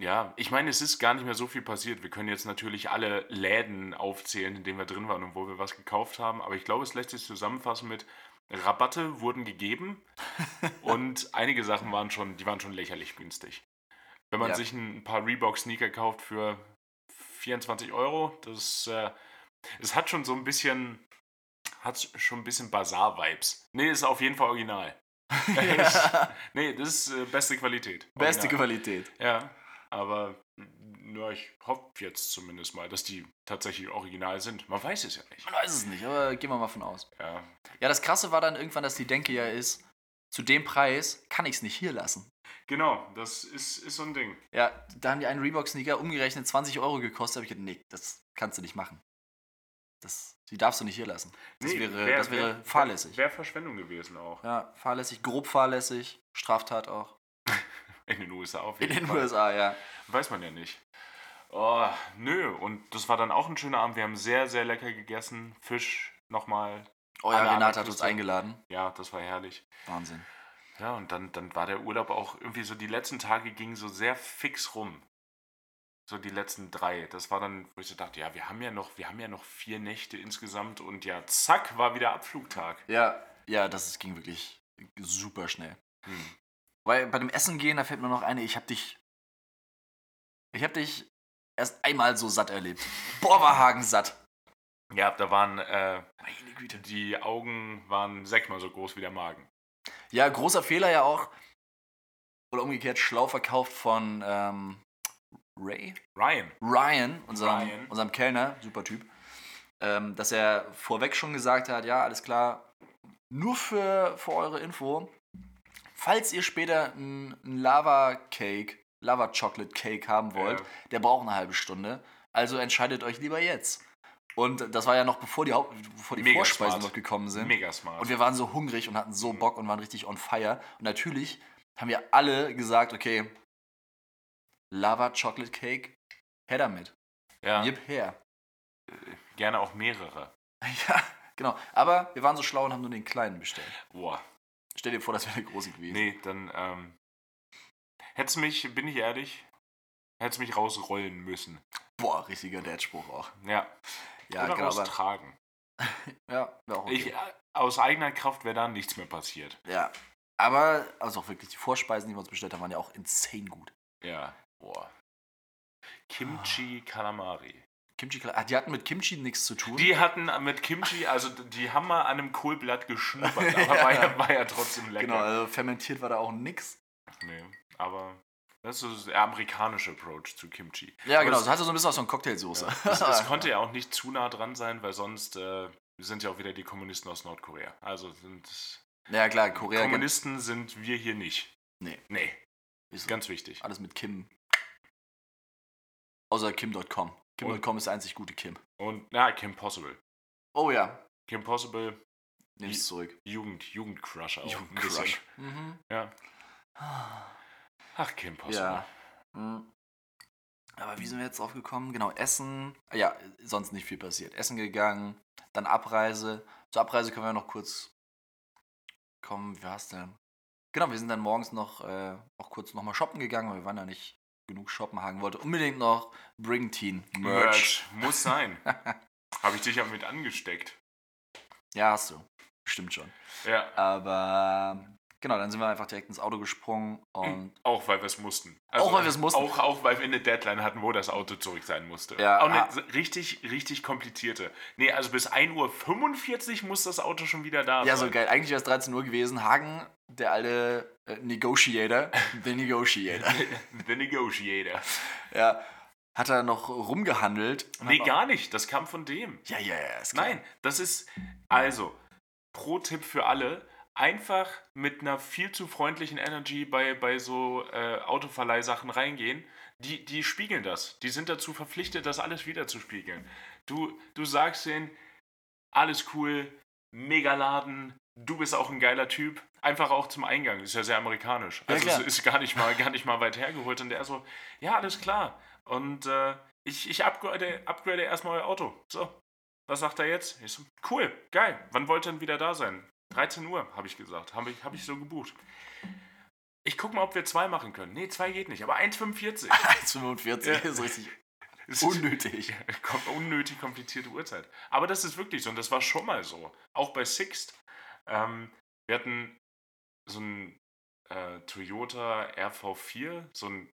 Speaker 1: ja, ich meine, es ist gar nicht mehr so viel passiert. Wir können jetzt natürlich alle Läden aufzählen, in denen wir drin waren und wo wir was gekauft haben. Aber ich glaube, es lässt sich zusammenfassen mit Rabatte wurden gegeben und einige Sachen waren schon, die waren schon lächerlich günstig. Wenn man
Speaker 2: Ja.
Speaker 1: sich ein paar Reebok-Sneaker kauft für 24 Euro, das äh, es hat schon so ein bisschen, hat schon ein bisschen Bazaar-Vibes. Nee, ist auf jeden Fall original.
Speaker 2: Ja. Oh
Speaker 1: nee, das ist äh, beste Qualität.
Speaker 2: Beste
Speaker 1: Original.
Speaker 2: Qualität.
Speaker 1: Ja, aber ja, ich hoffe jetzt zumindest mal, dass die tatsächlich original sind. Man weiß es ja nicht.
Speaker 2: Man weiß es nicht, aber gehen wir mal von aus.
Speaker 1: Ja,
Speaker 2: Ja, das Krasse war dann irgendwann, dass die Denke ja ist, zu dem Preis kann ich es nicht hier lassen.
Speaker 1: genau, das ist, ist so ein Ding.
Speaker 2: Ja, da haben die einen Reebok-Sneaker umgerechnet 20 Euro gekostet. habe ich gedacht, nee, das kannst du nicht machen. Das, die darfst du nicht hier lassen. Das
Speaker 1: Nee,
Speaker 2: wäre,
Speaker 1: wär-
Speaker 2: das wäre
Speaker 1: wär-
Speaker 2: fahrlässig.
Speaker 1: Wäre Verschwendung gewesen auch.
Speaker 2: ja, fahrlässig, grob fahrlässig, Straftat auch.
Speaker 1: In den USA auf
Speaker 2: In
Speaker 1: jeden
Speaker 2: den
Speaker 1: Fall.
Speaker 2: USA, ja.
Speaker 1: Weiß man ja nicht. Oh, nö. Und das war dann auch ein schöner Abend. Wir haben sehr, sehr lecker gegessen. Fisch nochmal.
Speaker 2: Oh ja,
Speaker 1: Anna
Speaker 2: Renate hat uns
Speaker 1: Christian.
Speaker 2: eingeladen.
Speaker 1: Ja, das war herrlich.
Speaker 2: Wahnsinn.
Speaker 1: Ja, und dann, dann war der Urlaub auch irgendwie so, die letzten Tage gingen so sehr fix rum. So die letzten drei. Das war dann, wo ich so dachte, ja, wir haben ja noch, wir haben ja noch vier Nächte insgesamt und ja, zack, war wieder Abflugtag.
Speaker 2: Ja, ja, das ist, ging wirklich super schnell.
Speaker 1: Hm.
Speaker 2: Weil bei dem Essen gehen, da fällt mir noch eine, ich hab dich. Ich hab dich erst einmal so satt erlebt. Boah, war Hagen satt.
Speaker 1: Ja, da waren, äh,
Speaker 2: Meine Güte.
Speaker 1: die Augen waren sechsmal so groß wie der Magen.
Speaker 2: Ja, großer Fehler ja auch. Oder umgekehrt, schlau verkauft von ähm, Ray?
Speaker 1: Ryan.
Speaker 2: Ryan, unserem,
Speaker 1: Ryan.
Speaker 2: unserem Kellner, super Typ, ähm, dass er vorweg schon gesagt hat, ja, alles klar, nur für, für eure Info, falls ihr später einen Lava-Cake, Lava-Chocolate-Cake haben wollt,
Speaker 1: Ja.
Speaker 2: der braucht eine halbe Stunde, also entscheidet euch lieber jetzt. Und das war ja noch bevor die, Haupt bevor die
Speaker 1: Mega
Speaker 2: Vorspeisen
Speaker 1: smart.
Speaker 2: noch gekommen sind.
Speaker 1: Mega smart.
Speaker 2: Und wir waren so hungrig und hatten so Bock und waren richtig on fire. Und natürlich haben wir alle gesagt, okay, Lava Chocolate Cake, her damit.
Speaker 1: ja,
Speaker 2: Gib her.
Speaker 1: gerne auch mehrere.
Speaker 2: Ja, genau. Aber wir waren so schlau und haben nur den kleinen bestellt.
Speaker 1: Boah.
Speaker 2: Stell dir vor, das wäre der große gewesen.
Speaker 1: Nee, dann, ähm, hätt's mich, bin ich ehrlich, hätt's mich rausrollen müssen.
Speaker 2: Boah, richtiger Dad-Spruch auch.
Speaker 1: Ja,
Speaker 2: Ja,
Speaker 1: oder
Speaker 2: genau. Aber,
Speaker 1: raustragen.
Speaker 2: ja, wäre auch okay.
Speaker 1: Ich, äh, aus eigener Kraft wäre da nichts mehr passiert.
Speaker 2: ja. Aber, also auch wirklich, die Vorspeisen, die wir uns bestellt haben, waren ja auch insane gut.
Speaker 1: Ja. Boah. Kimchi
Speaker 2: Ah.
Speaker 1: Kalamari.
Speaker 2: Kimchi, ah, die hatten mit Kimchi nichts zu tun.
Speaker 1: Die hatten mit Kimchi, also die haben mal an einem Kohlblatt geschnuppert, aber
Speaker 2: Ja.
Speaker 1: war, ja, war ja trotzdem lecker.
Speaker 2: genau, also fermentiert war da auch nix.
Speaker 1: Nee, aber das ist der amerikanische Approach zu Kimchi.
Speaker 2: Ja,
Speaker 1: Aber
Speaker 2: genau.
Speaker 1: es-
Speaker 2: Das hatte so ein bisschen was von Cocktailsoße.
Speaker 1: Es, es konnte ja auch nicht zu nah dran sein, weil sonst äh, sind ja auch wieder die Kommunisten aus Nordkorea. Also sind
Speaker 2: Ja, klar, Korea.
Speaker 1: Kommunisten sind wir hier nicht.
Speaker 2: Nee.
Speaker 1: Nee,
Speaker 2: ist
Speaker 1: ganz wichtig.
Speaker 2: alles mit Kim. Außer Kim.com. Kim.com ist der einzig gute Kim.
Speaker 1: Und na, Kim Possible.
Speaker 2: Oh ja,
Speaker 1: Kim Possible,
Speaker 2: nimm
Speaker 1: Die-
Speaker 2: es zurück.
Speaker 1: Jugend, Jugendcrush auch. ein
Speaker 2: Jugend-
Speaker 1: bisschen.
Speaker 2: Crush. Mhm.
Speaker 1: Ja. Ach, Kim Possible.
Speaker 2: Ja. Mhm. Aber wie sind wir jetzt drauf gekommen? Genau, Essen. Ja, sonst nicht viel passiert. Essen gegangen, dann Abreise. Zur Abreise können wir noch kurz kommen. Wie war's denn? Genau, wir sind dann morgens noch äh, auch kurz nochmal shoppen gegangen, weil wir waren ja nicht genug shoppen. Hagen wollte unbedingt noch Bring Teen Merch.
Speaker 1: Muss sein. Habe ich dich ja mit angesteckt.
Speaker 2: Ja, hast du. Stimmt schon.
Speaker 1: Ja.
Speaker 2: Aber genau, dann sind wir einfach direkt ins Auto gesprungen und
Speaker 1: Auch weil wir es mussten. Also,
Speaker 2: Auch weil wir es mussten.
Speaker 1: Auch, auch weil wir eine Deadline hatten, wo das Auto zurück sein musste.
Speaker 2: Ja,
Speaker 1: auch eine
Speaker 2: ah.
Speaker 1: s- richtig, richtig komplizierte. Nee, also bis 1.45 Uhr muss das Auto schon wieder da
Speaker 2: ja,
Speaker 1: sein.
Speaker 2: so geil. Eigentlich wäre es 13 Uhr gewesen. Hagen, der alte äh, Negotiator, der Negotiator,
Speaker 1: The Negotiator.
Speaker 2: ja, hat er noch rumgehandelt. und
Speaker 1: Nee,
Speaker 2: hat
Speaker 1: gar nicht. Das kam von dem.
Speaker 2: Auch, ja, ja, ja, ist klar.
Speaker 1: Nein, das ist also Pro-Tipp für alle: einfach mit einer viel zu freundlichen Energy bei, bei so äh, Autoverleihsachen reingehen. Die, die spiegeln das. Die sind dazu verpflichtet, das alles wieder zu spiegeln. Du, du sagst denen, alles cool, mega Laden, du bist auch ein geiler Typ. Einfach auch zum Eingang, ist ja sehr amerikanisch.
Speaker 2: Ja,
Speaker 1: Also
Speaker 2: klar.
Speaker 1: es ist gar nicht, mal, gar nicht mal weit hergeholt. Und der so, ja, alles klar. Und äh, ich, ich upgrade, upgrade erstmal euer Auto. So, was sagt er jetzt? Ich so, cool, geil. Wann wollt ihr denn wieder da sein? 13 Uhr, habe ich gesagt. Habe ich, hab ich so gebucht. Ich gucke mal, ob wir zwei machen können. Nee, zwei geht nicht, aber 1,45.
Speaker 2: 1,45
Speaker 1: Ja.
Speaker 2: ist richtig
Speaker 1: Es ist
Speaker 2: unnötig.
Speaker 1: kom- unnötig komplizierte Uhrzeit. Aber das ist wirklich so und das war schon mal so. Auch bei Sixt. Ähm, wir hatten so ein äh, Toyota RV4, so ein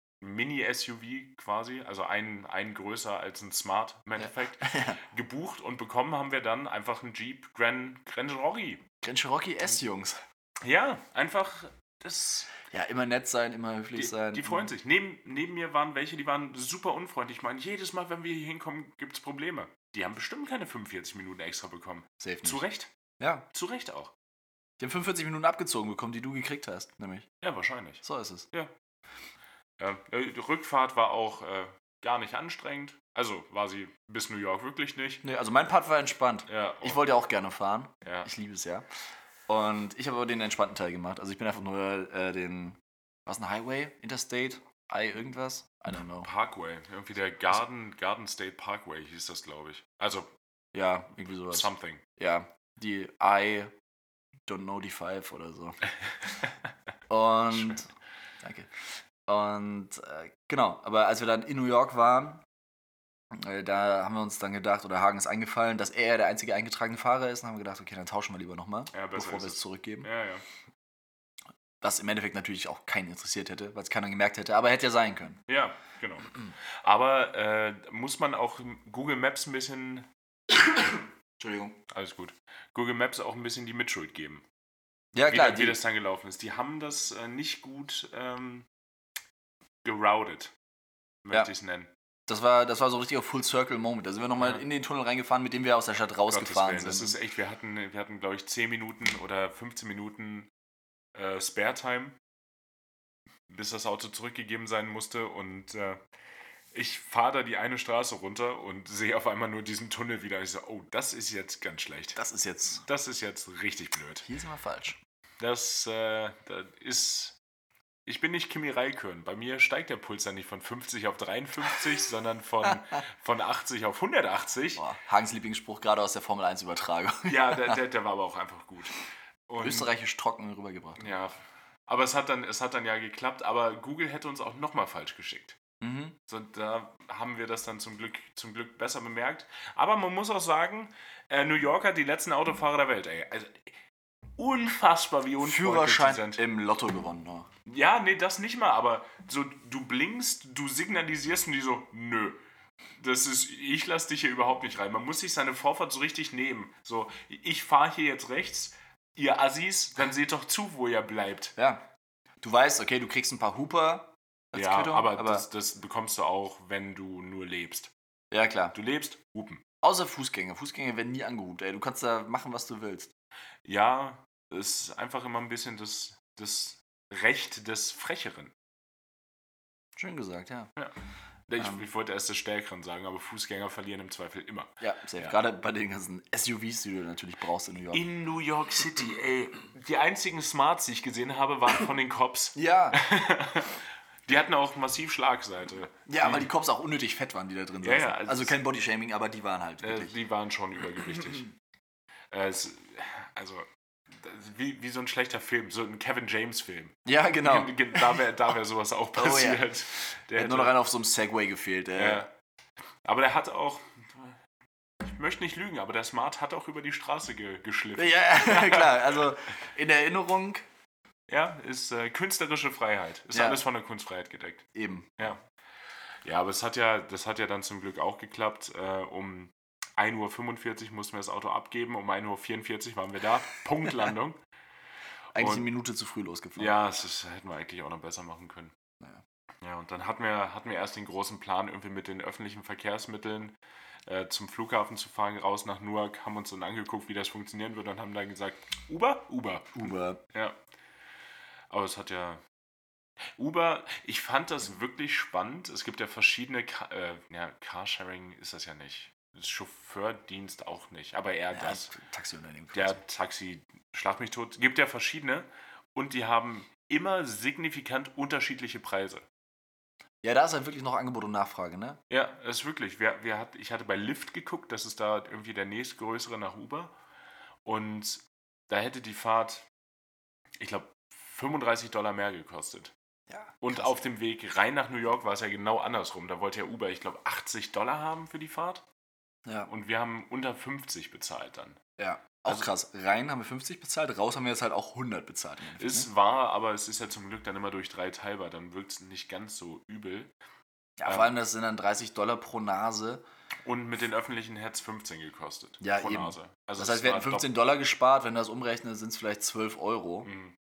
Speaker 1: Mini-SUV quasi, also einen, einen größer als ein Smart im Endeffekt
Speaker 2: Ja.
Speaker 1: gebucht und bekommen haben wir dann einfach einen Jeep Grand, Grand Rory.
Speaker 2: Grand Cherokee S-Jungs.
Speaker 1: Ja, einfach das.
Speaker 2: Ja, immer nett sein, immer
Speaker 1: Die,
Speaker 2: höflich sein.
Speaker 1: die freuen sich. Neben, neben mir waren welche, die waren super unfreundlich. Ich meine, jedes Mal, wenn wir hier hinkommen, gibt es Probleme. Die haben bestimmt keine 45 Minuten extra bekommen.
Speaker 2: Hm, Safe nicht.
Speaker 1: Zu Recht.
Speaker 2: Ja,
Speaker 1: Zu Recht auch.
Speaker 2: die haben 45 Minuten abgezogen bekommen, die du gekriegt hast, nämlich.
Speaker 1: Ja, wahrscheinlich.
Speaker 2: So ist es.
Speaker 1: Ja, äh, die Rückfahrt war auch äh, gar nicht anstrengend. Also war sie bis New York wirklich nicht.
Speaker 2: Nee, also mein Part war entspannt.
Speaker 1: Ja,
Speaker 2: Ich
Speaker 1: und-
Speaker 2: wollte ja auch gerne fahren.
Speaker 1: ja.
Speaker 2: Ich liebe es ja. Und ich habe aber den entspannten Teil gemacht. Also ich bin einfach nur äh, den Was ein Highway? Interstate? I irgendwas? I don't know.
Speaker 1: Parkway. Irgendwie der Garden, Garden State Parkway hieß das, glaube ich. Also
Speaker 2: Ja, irgendwie sowas.
Speaker 1: something.
Speaker 2: Ja, die I don't know die five oder so. Und
Speaker 1: Schön.
Speaker 2: danke. Und äh, genau, aber als wir dann in New York waren, äh, da haben wir uns dann gedacht, oder Hagen ist eingefallen, dass er der einzige eingetragene Fahrer ist, und haben wir gedacht, okay, dann tauschen wir lieber nochmal,
Speaker 1: Ja, besser
Speaker 2: bevor
Speaker 1: ist
Speaker 2: wir es
Speaker 1: es.
Speaker 2: zurückgeben.
Speaker 1: ja, ja.
Speaker 2: Was im Endeffekt natürlich auch keinen interessiert hätte, weil es keiner gemerkt hätte, aber hätte ja sein können.
Speaker 1: Ja, genau. Aber äh, muss man auch Google Maps ein bisschen,
Speaker 2: Entschuldigung.
Speaker 1: alles gut, Google Maps auch ein bisschen die Mitschuld geben,
Speaker 2: Ja,
Speaker 1: wie,
Speaker 2: klar,
Speaker 1: wie
Speaker 2: die,
Speaker 1: das dann gelaufen ist. Die haben das äh, nicht gut ähm, geroutet, möchte
Speaker 2: Ja.
Speaker 1: ich es nennen. Um
Speaker 2: das, war, das war so ein richtiger Full-Circle-Moment. Da sind wir nochmal
Speaker 1: Ja.
Speaker 2: in den Tunnel reingefahren, mit dem wir aus der Stadt
Speaker 1: Gottes
Speaker 2: rausgefahren
Speaker 1: Willen,
Speaker 2: sind.
Speaker 1: Das ist e- echt, wir hatten, wir hatten glaube ich, 10 Minuten oder 15 Minuten äh, Spare-Time, bis das Auto zurückgegeben sein musste und äh, ich fahre da die eine Straße runter und sehe auf einmal nur diesen Tunnel wieder. Ich so, oh, das ist jetzt ganz schlecht.
Speaker 2: das ist jetzt,
Speaker 1: Das ist jetzt richtig blöd.
Speaker 2: hier sind wir falsch.
Speaker 1: Das, äh, das ist. Ich bin nicht Kimi Raikön. Bei mir steigt der Puls dann nicht von 50 auf 53, sondern von, von 80 auf 180.
Speaker 2: Boah, Hagens Lieblingsspruch gerade aus der Formel 1-Übertragung.
Speaker 1: Ja, der, der, der war aber auch einfach gut. Und-
Speaker 2: Österreichisch trocken rübergebracht.
Speaker 1: Ja. Aber es hat, dann, es hat dann ja geklappt, aber Google hätte uns auch nochmal falsch geschickt.
Speaker 2: Mhm.
Speaker 1: So, da haben wir das dann zum Glück, zum Glück besser bemerkt. Aber man muss auch sagen, äh, New York hat die letzten Autofahrer der Welt, ey. Also, unfassbar, wie unfreundlich die
Speaker 2: Führerschein
Speaker 1: sind.
Speaker 2: im Lotto gewonnen. Ne?
Speaker 1: Ja, nee, das nicht mal, aber so, du blinkst, du signalisierst und die so, nö. Das ist, ich lass dich hier überhaupt nicht rein. Man muss sich seine Vorfahrt so richtig nehmen. So, ich fahre hier jetzt rechts, ihr Assis, dann seht doch zu, wo ihr bleibt.
Speaker 2: Ja. Du weißt, okay, du kriegst ein paar Hooper als
Speaker 1: ja,
Speaker 2: Quittung,
Speaker 1: aber, das, das bekommst du auch, wenn du nur lebst.
Speaker 2: ja klar.
Speaker 1: Du lebst, hupen.
Speaker 2: Außer Fußgänger. Fußgänger werden nie angehupt. Ey, du kannst da machen, was du willst.
Speaker 1: Ja, es ist einfach immer ein bisschen das, das Recht des Frecheren.
Speaker 2: Schön gesagt, ja.
Speaker 1: Ich,
Speaker 2: Ähm.
Speaker 1: ich wollte erst des Stärkeren sagen, aber Fußgänger verlieren im Zweifel immer.
Speaker 2: Ja, safe.
Speaker 1: Ja.
Speaker 2: Gerade bei den ganzen SUVs, die du natürlich brauchst in New York.
Speaker 1: In New York City, ey. Die einzigen Smarts, die ich gesehen habe, waren von den Cops.
Speaker 2: ja,
Speaker 1: Die hatten auch massiv Schlagseite.
Speaker 2: ja, weil die Cops auch unnötig fett waren, die da drin
Speaker 1: Mhm. Ja,
Speaker 2: saßen.
Speaker 1: ja, also
Speaker 2: also,
Speaker 1: es-
Speaker 2: kein Bodyshaming, aber die waren halt
Speaker 1: Äh,
Speaker 2: wirklich.
Speaker 1: die waren schon übergewichtig. äh, es, also, das- wie, wie so ein schlechter Film, so ein Kevin James-Film.
Speaker 2: ja, genau.
Speaker 1: Ge- ge- Da wäre da wär sowas auch
Speaker 2: Oh, ja.
Speaker 1: passiert. Der
Speaker 2: Hätte nur noch einer auf so einem Segway gefehlt. Ey.
Speaker 1: ja. Aber der hat auch. Ich möchte nicht lügen, aber der Smart hat auch über die Straße ge geschliffen. Ja,
Speaker 2: Ja, klar. Also in Erinnerung
Speaker 1: ist äh, künstlerische Freiheit. Ist
Speaker 2: Ja.
Speaker 1: alles von der Kunstfreiheit gedeckt.
Speaker 2: eben.
Speaker 1: Ja. Ja, aber es hat ja, das hat ja dann zum Glück auch geklappt. Äh, um 1.45 Uhr mussten wir das Auto abgeben, um 1.44 Uhr waren wir da. Punktlandung.
Speaker 2: Eigentlich
Speaker 1: Und-
Speaker 2: eine Minute zu früh losgefahren.
Speaker 1: ja, das ist, hätten wir eigentlich auch noch besser machen können.
Speaker 2: Naja.
Speaker 1: Ja, und dann hatten wir, hatten wir erst den großen Plan, irgendwie mit den öffentlichen Verkehrsmitteln äh, zum Flughafen zu fahren, raus nach Newark, haben uns dann angeguckt, wie das funktionieren würde und haben dann gesagt, Uber, Uber.
Speaker 2: Uber.
Speaker 1: Ja. Aber es hat ja. Uber, ich fand das wirklich spannend. Es gibt ja verschiedene. Ka äh, ja, Carsharing ist das ja nicht. Das Chauffeurdienst auch nicht. Aber eher
Speaker 2: Ja, also
Speaker 1: das.
Speaker 2: Taxiunternehmen. quasi.
Speaker 1: Der Taxi, schlag mich tot. Gibt ja verschiedene. Und die haben immer signifikant unterschiedliche Preise.
Speaker 2: Ja, da ist halt wirklich noch Angebot und Nachfrage, ne?
Speaker 1: Ja, das ist wirklich. Wir, wir hat, ich hatte bei Lyft geguckt, das ist da irgendwie der nächstgrößere nach Uber. Und da hätte die Fahrt, ich glaube, 35 Dollar mehr gekostet.
Speaker 2: Ja.
Speaker 1: Und auf dem Weg rein nach New York war es ja genau andersrum. Da wollte ja Uber, ich glaube, 80 Dollar haben für die Fahrt.
Speaker 2: Ja.
Speaker 1: Und wir haben unter 50 bezahlt dann.
Speaker 2: ja. Auch
Speaker 1: Also-
Speaker 2: krass. Rein haben wir 50 bezahlt, raus haben wir jetzt halt auch 100 bezahlt. im Endeffekt, ne?
Speaker 1: Ist wahr, aber es ist ja zum Glück dann immer durch drei teilbar. Dann wirkt es nicht ganz so übel.
Speaker 2: ja, vor allem, das sind dann 30 Dollar pro Nase.
Speaker 1: Und mit den öffentlichen hätte es 15 gekostet.
Speaker 2: Ja,
Speaker 1: pro
Speaker 2: eben.
Speaker 1: Nase. Also
Speaker 2: Das
Speaker 1: es
Speaker 2: heißt, wir
Speaker 1: war
Speaker 2: hätten 15 Dollar gespart. Wenn du das umrechnest, sind es vielleicht 12 Euro,
Speaker 1: dopp- Mhm.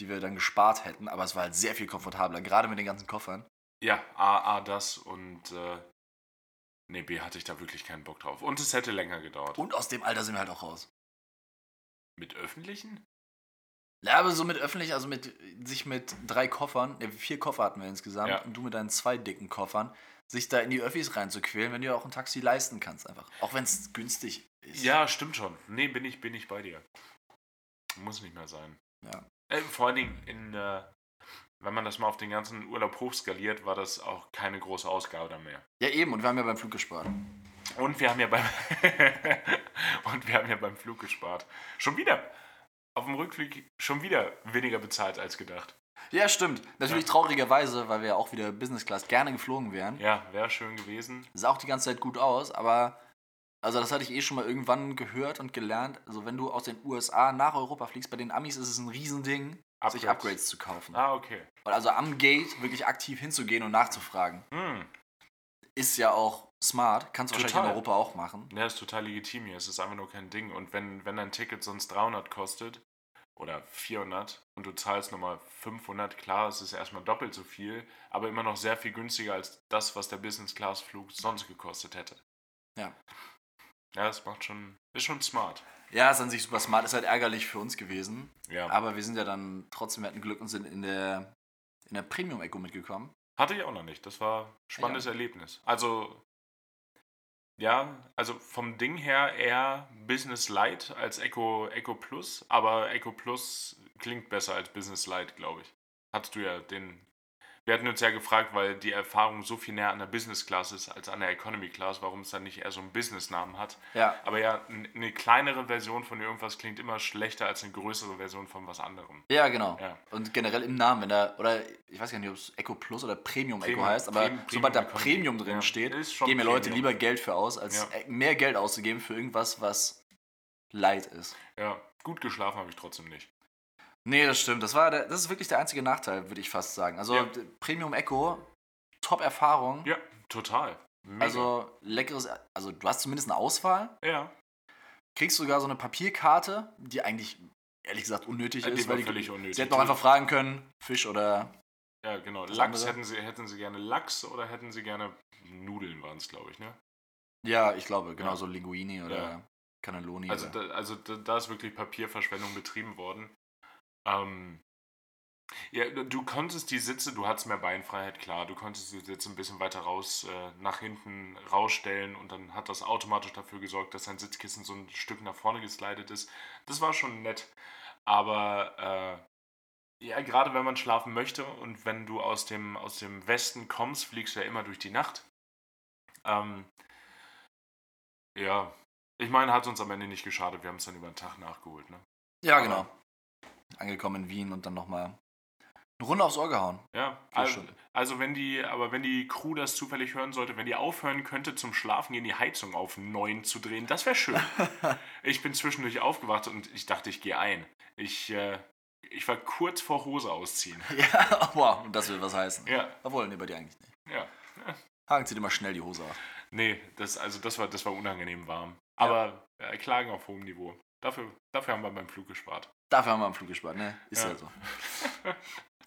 Speaker 2: die wir dann gespart hätten. Aber es war halt sehr viel komfortabler, gerade mit den ganzen Koffern.
Speaker 1: Ja, A, A das und äh, nee, B hatte ich da wirklich keinen Bock drauf. Und es hätte länger gedauert.
Speaker 2: Und aus dem Alter sind wir halt auch raus.
Speaker 1: Mit öffentlichen?
Speaker 2: Ja, aber so mit öffentlich, also mit sich mit drei Koffern, ne, vier Koffer hatten wir insgesamt
Speaker 1: Ja.
Speaker 2: und du mit deinen zwei dicken Koffern, sich da in die Öffis reinzuquälen, wenn du dir auch ein Taxi leisten kannst, einfach. Auch wenn es günstig ist.
Speaker 1: Ja, stimmt schon. Nee, bin ich, bin ich bei dir. Muss nicht mehr sein.
Speaker 2: Ja.
Speaker 1: Äh, vor allen Dingen in, äh, wenn man das mal auf den ganzen Urlaub hochskaliert, war das auch keine große Ausgabe dann mehr.
Speaker 2: Ja, eben, und wir haben ja beim Flug gespart.
Speaker 1: Und wir haben ja beim und wir haben ja beim Flug gespart. Schon wieder. Auf dem Rückflug schon wieder weniger bezahlt als gedacht.
Speaker 2: Ja, stimmt. Natürlich traurigerweise, weil wir ja auch wieder Business Class gerne geflogen wären.
Speaker 1: Ja, wäre schön gewesen.
Speaker 2: Sah auch die ganze Zeit gut aus, aber also das hatte ich eh schon mal irgendwann gehört und gelernt. Also wenn du aus den USA nach Europa fliegst, bei den Amis ist es ein Riesending, sich Upgrades zu kaufen.
Speaker 1: Ah, okay.
Speaker 2: Und also am Gate wirklich aktiv hinzugehen und nachzufragen.
Speaker 1: Hm.
Speaker 2: Ist ja auch smart, kannst du wahrscheinlich in
Speaker 1: Total.
Speaker 2: Europa auch machen.
Speaker 1: Ja, ist total legitim hier. Es ist einfach nur kein Ding. Und wenn, wenn dein Ticket sonst 300 kostet oder 400 und du zahlst nochmal 500, klar, es ist erstmal doppelt so viel, aber immer noch sehr viel günstiger als das, was der Business-Class-Flug sonst gekostet hätte.
Speaker 2: Ja.
Speaker 1: Ja, das macht schon, ist schon smart.
Speaker 2: Ja, ist an sich super smart, ist halt ärgerlich für uns gewesen.
Speaker 1: Ja.
Speaker 2: Aber wir sind ja dann trotzdem, wir hatten Glück und sind in der, in der Premium-Echo mitgekommen.
Speaker 1: Hatte ich auch noch nicht. Das war ein spannendes Erlebnis. Also, ja, also vom Ding her eher Business Light als Echo, Echo Plus, aber Echo Plus klingt besser als Business Light, glaube ich. Hattest du ja den. Wir hatten uns ja gefragt, weil die Erfahrung so viel näher an der Business Class ist als an der Economy Class, warum es dann nicht eher so einen Business-Namen hat.
Speaker 2: Ja.
Speaker 1: Aber ja, n- eine kleinere Version von irgendwas klingt immer schlechter als eine größere Version von was anderem.
Speaker 2: Ja, genau.
Speaker 1: Ja.
Speaker 2: Und generell im Namen, wenn da, oder ich weiß gar nicht, ob es Echo Plus oder Premium Echo
Speaker 1: Premium-
Speaker 2: heißt, aber
Speaker 1: Premium-
Speaker 2: sobald da
Speaker 1: Premium
Speaker 2: Premium
Speaker 1: Economy.
Speaker 2: drin
Speaker 1: Ja,
Speaker 2: steht,
Speaker 1: ist schon
Speaker 2: geben mir Leute
Speaker 1: Premium.
Speaker 2: lieber Geld für aus, als
Speaker 1: Ja.
Speaker 2: äh, mehr Geld auszugeben für irgendwas, was light ist.
Speaker 1: Ja, gut geschlafen habe ich trotzdem nicht.
Speaker 2: Nee, das stimmt. Das, war der, das ist wirklich der einzige Nachteil, würde ich fast sagen. Also
Speaker 1: Ja.
Speaker 2: d- Premium Echo, top Erfahrung.
Speaker 1: Ja, total. Mega.
Speaker 2: Also leckeres, also du hast zumindest eine Auswahl.
Speaker 1: ja.
Speaker 2: Kriegst sogar so eine Papierkarte, die eigentlich ehrlich gesagt unnötig
Speaker 1: Ja, die
Speaker 2: ist.
Speaker 1: war
Speaker 2: weil
Speaker 1: völlig unnötig.
Speaker 2: Sie hätten auch einfach fragen können, Fisch oder
Speaker 1: Ja, genau.
Speaker 2: Das
Speaker 1: Lachs
Speaker 2: andere?
Speaker 1: hätten sie, hätten sie gerne Lachs oder hätten sie gerne Nudeln waren es, glaube ich, ne?
Speaker 2: Ja, ich glaube, genau
Speaker 1: Ja.
Speaker 2: so Linguini oder
Speaker 1: Ja.
Speaker 2: Cannelloni.
Speaker 1: Also,
Speaker 2: oder.
Speaker 1: da, also da, da ist wirklich Papierverschwendung betrieben worden. Ähm, ja, du- du konntest die Sitze, du hattest mehr Beinfreiheit, klar, du konntest die Sitze ein bisschen weiter raus, äh, nach hinten rausstellen und dann hat das automatisch dafür gesorgt, dass dein Sitzkissen so ein Stück nach vorne geslidet ist. Das war schon nett, aber äh, ja, gerade wenn man schlafen möchte und wenn du aus dem, aus dem Westen kommst, fliegst du ja immer durch die Nacht. Ähm, ja, ich meine, hat uns am Ende nicht geschadet. Wir haben es dann über den Tag nachgeholt. Ne?
Speaker 2: ja, genau. Angekommen in Wien und dann nochmal eine Runde aufs Ohr gehauen.
Speaker 1: Ja,
Speaker 2: Vier
Speaker 1: also,
Speaker 2: Stunden.
Speaker 1: also wenn die, aber wenn die Crew das zufällig hören sollte, wenn die aufhören könnte, zum Schlafen gehen, die Heizung auf 9 zu drehen, das wäre schön. ich bin zwischendurch aufgewacht und ich dachte, ich gehe ein. Ich, äh, ich war kurz vor Hose ausziehen.
Speaker 2: ja, wow, das will was heißen.
Speaker 1: Ja,
Speaker 2: Obwohl, nee, bei dir eigentlich nicht.
Speaker 1: ja.
Speaker 2: Hagen zieht immer schnell die Hose ab.
Speaker 1: Nee, das, also das war, das war unangenehm warm. Aber äh, Klagen auf hohem Niveau. Dafür, dafür haben wir beim Flug gespart.
Speaker 2: Dafür haben wir am Flug gespart, ne? Ist ja,
Speaker 1: Ja.
Speaker 2: so.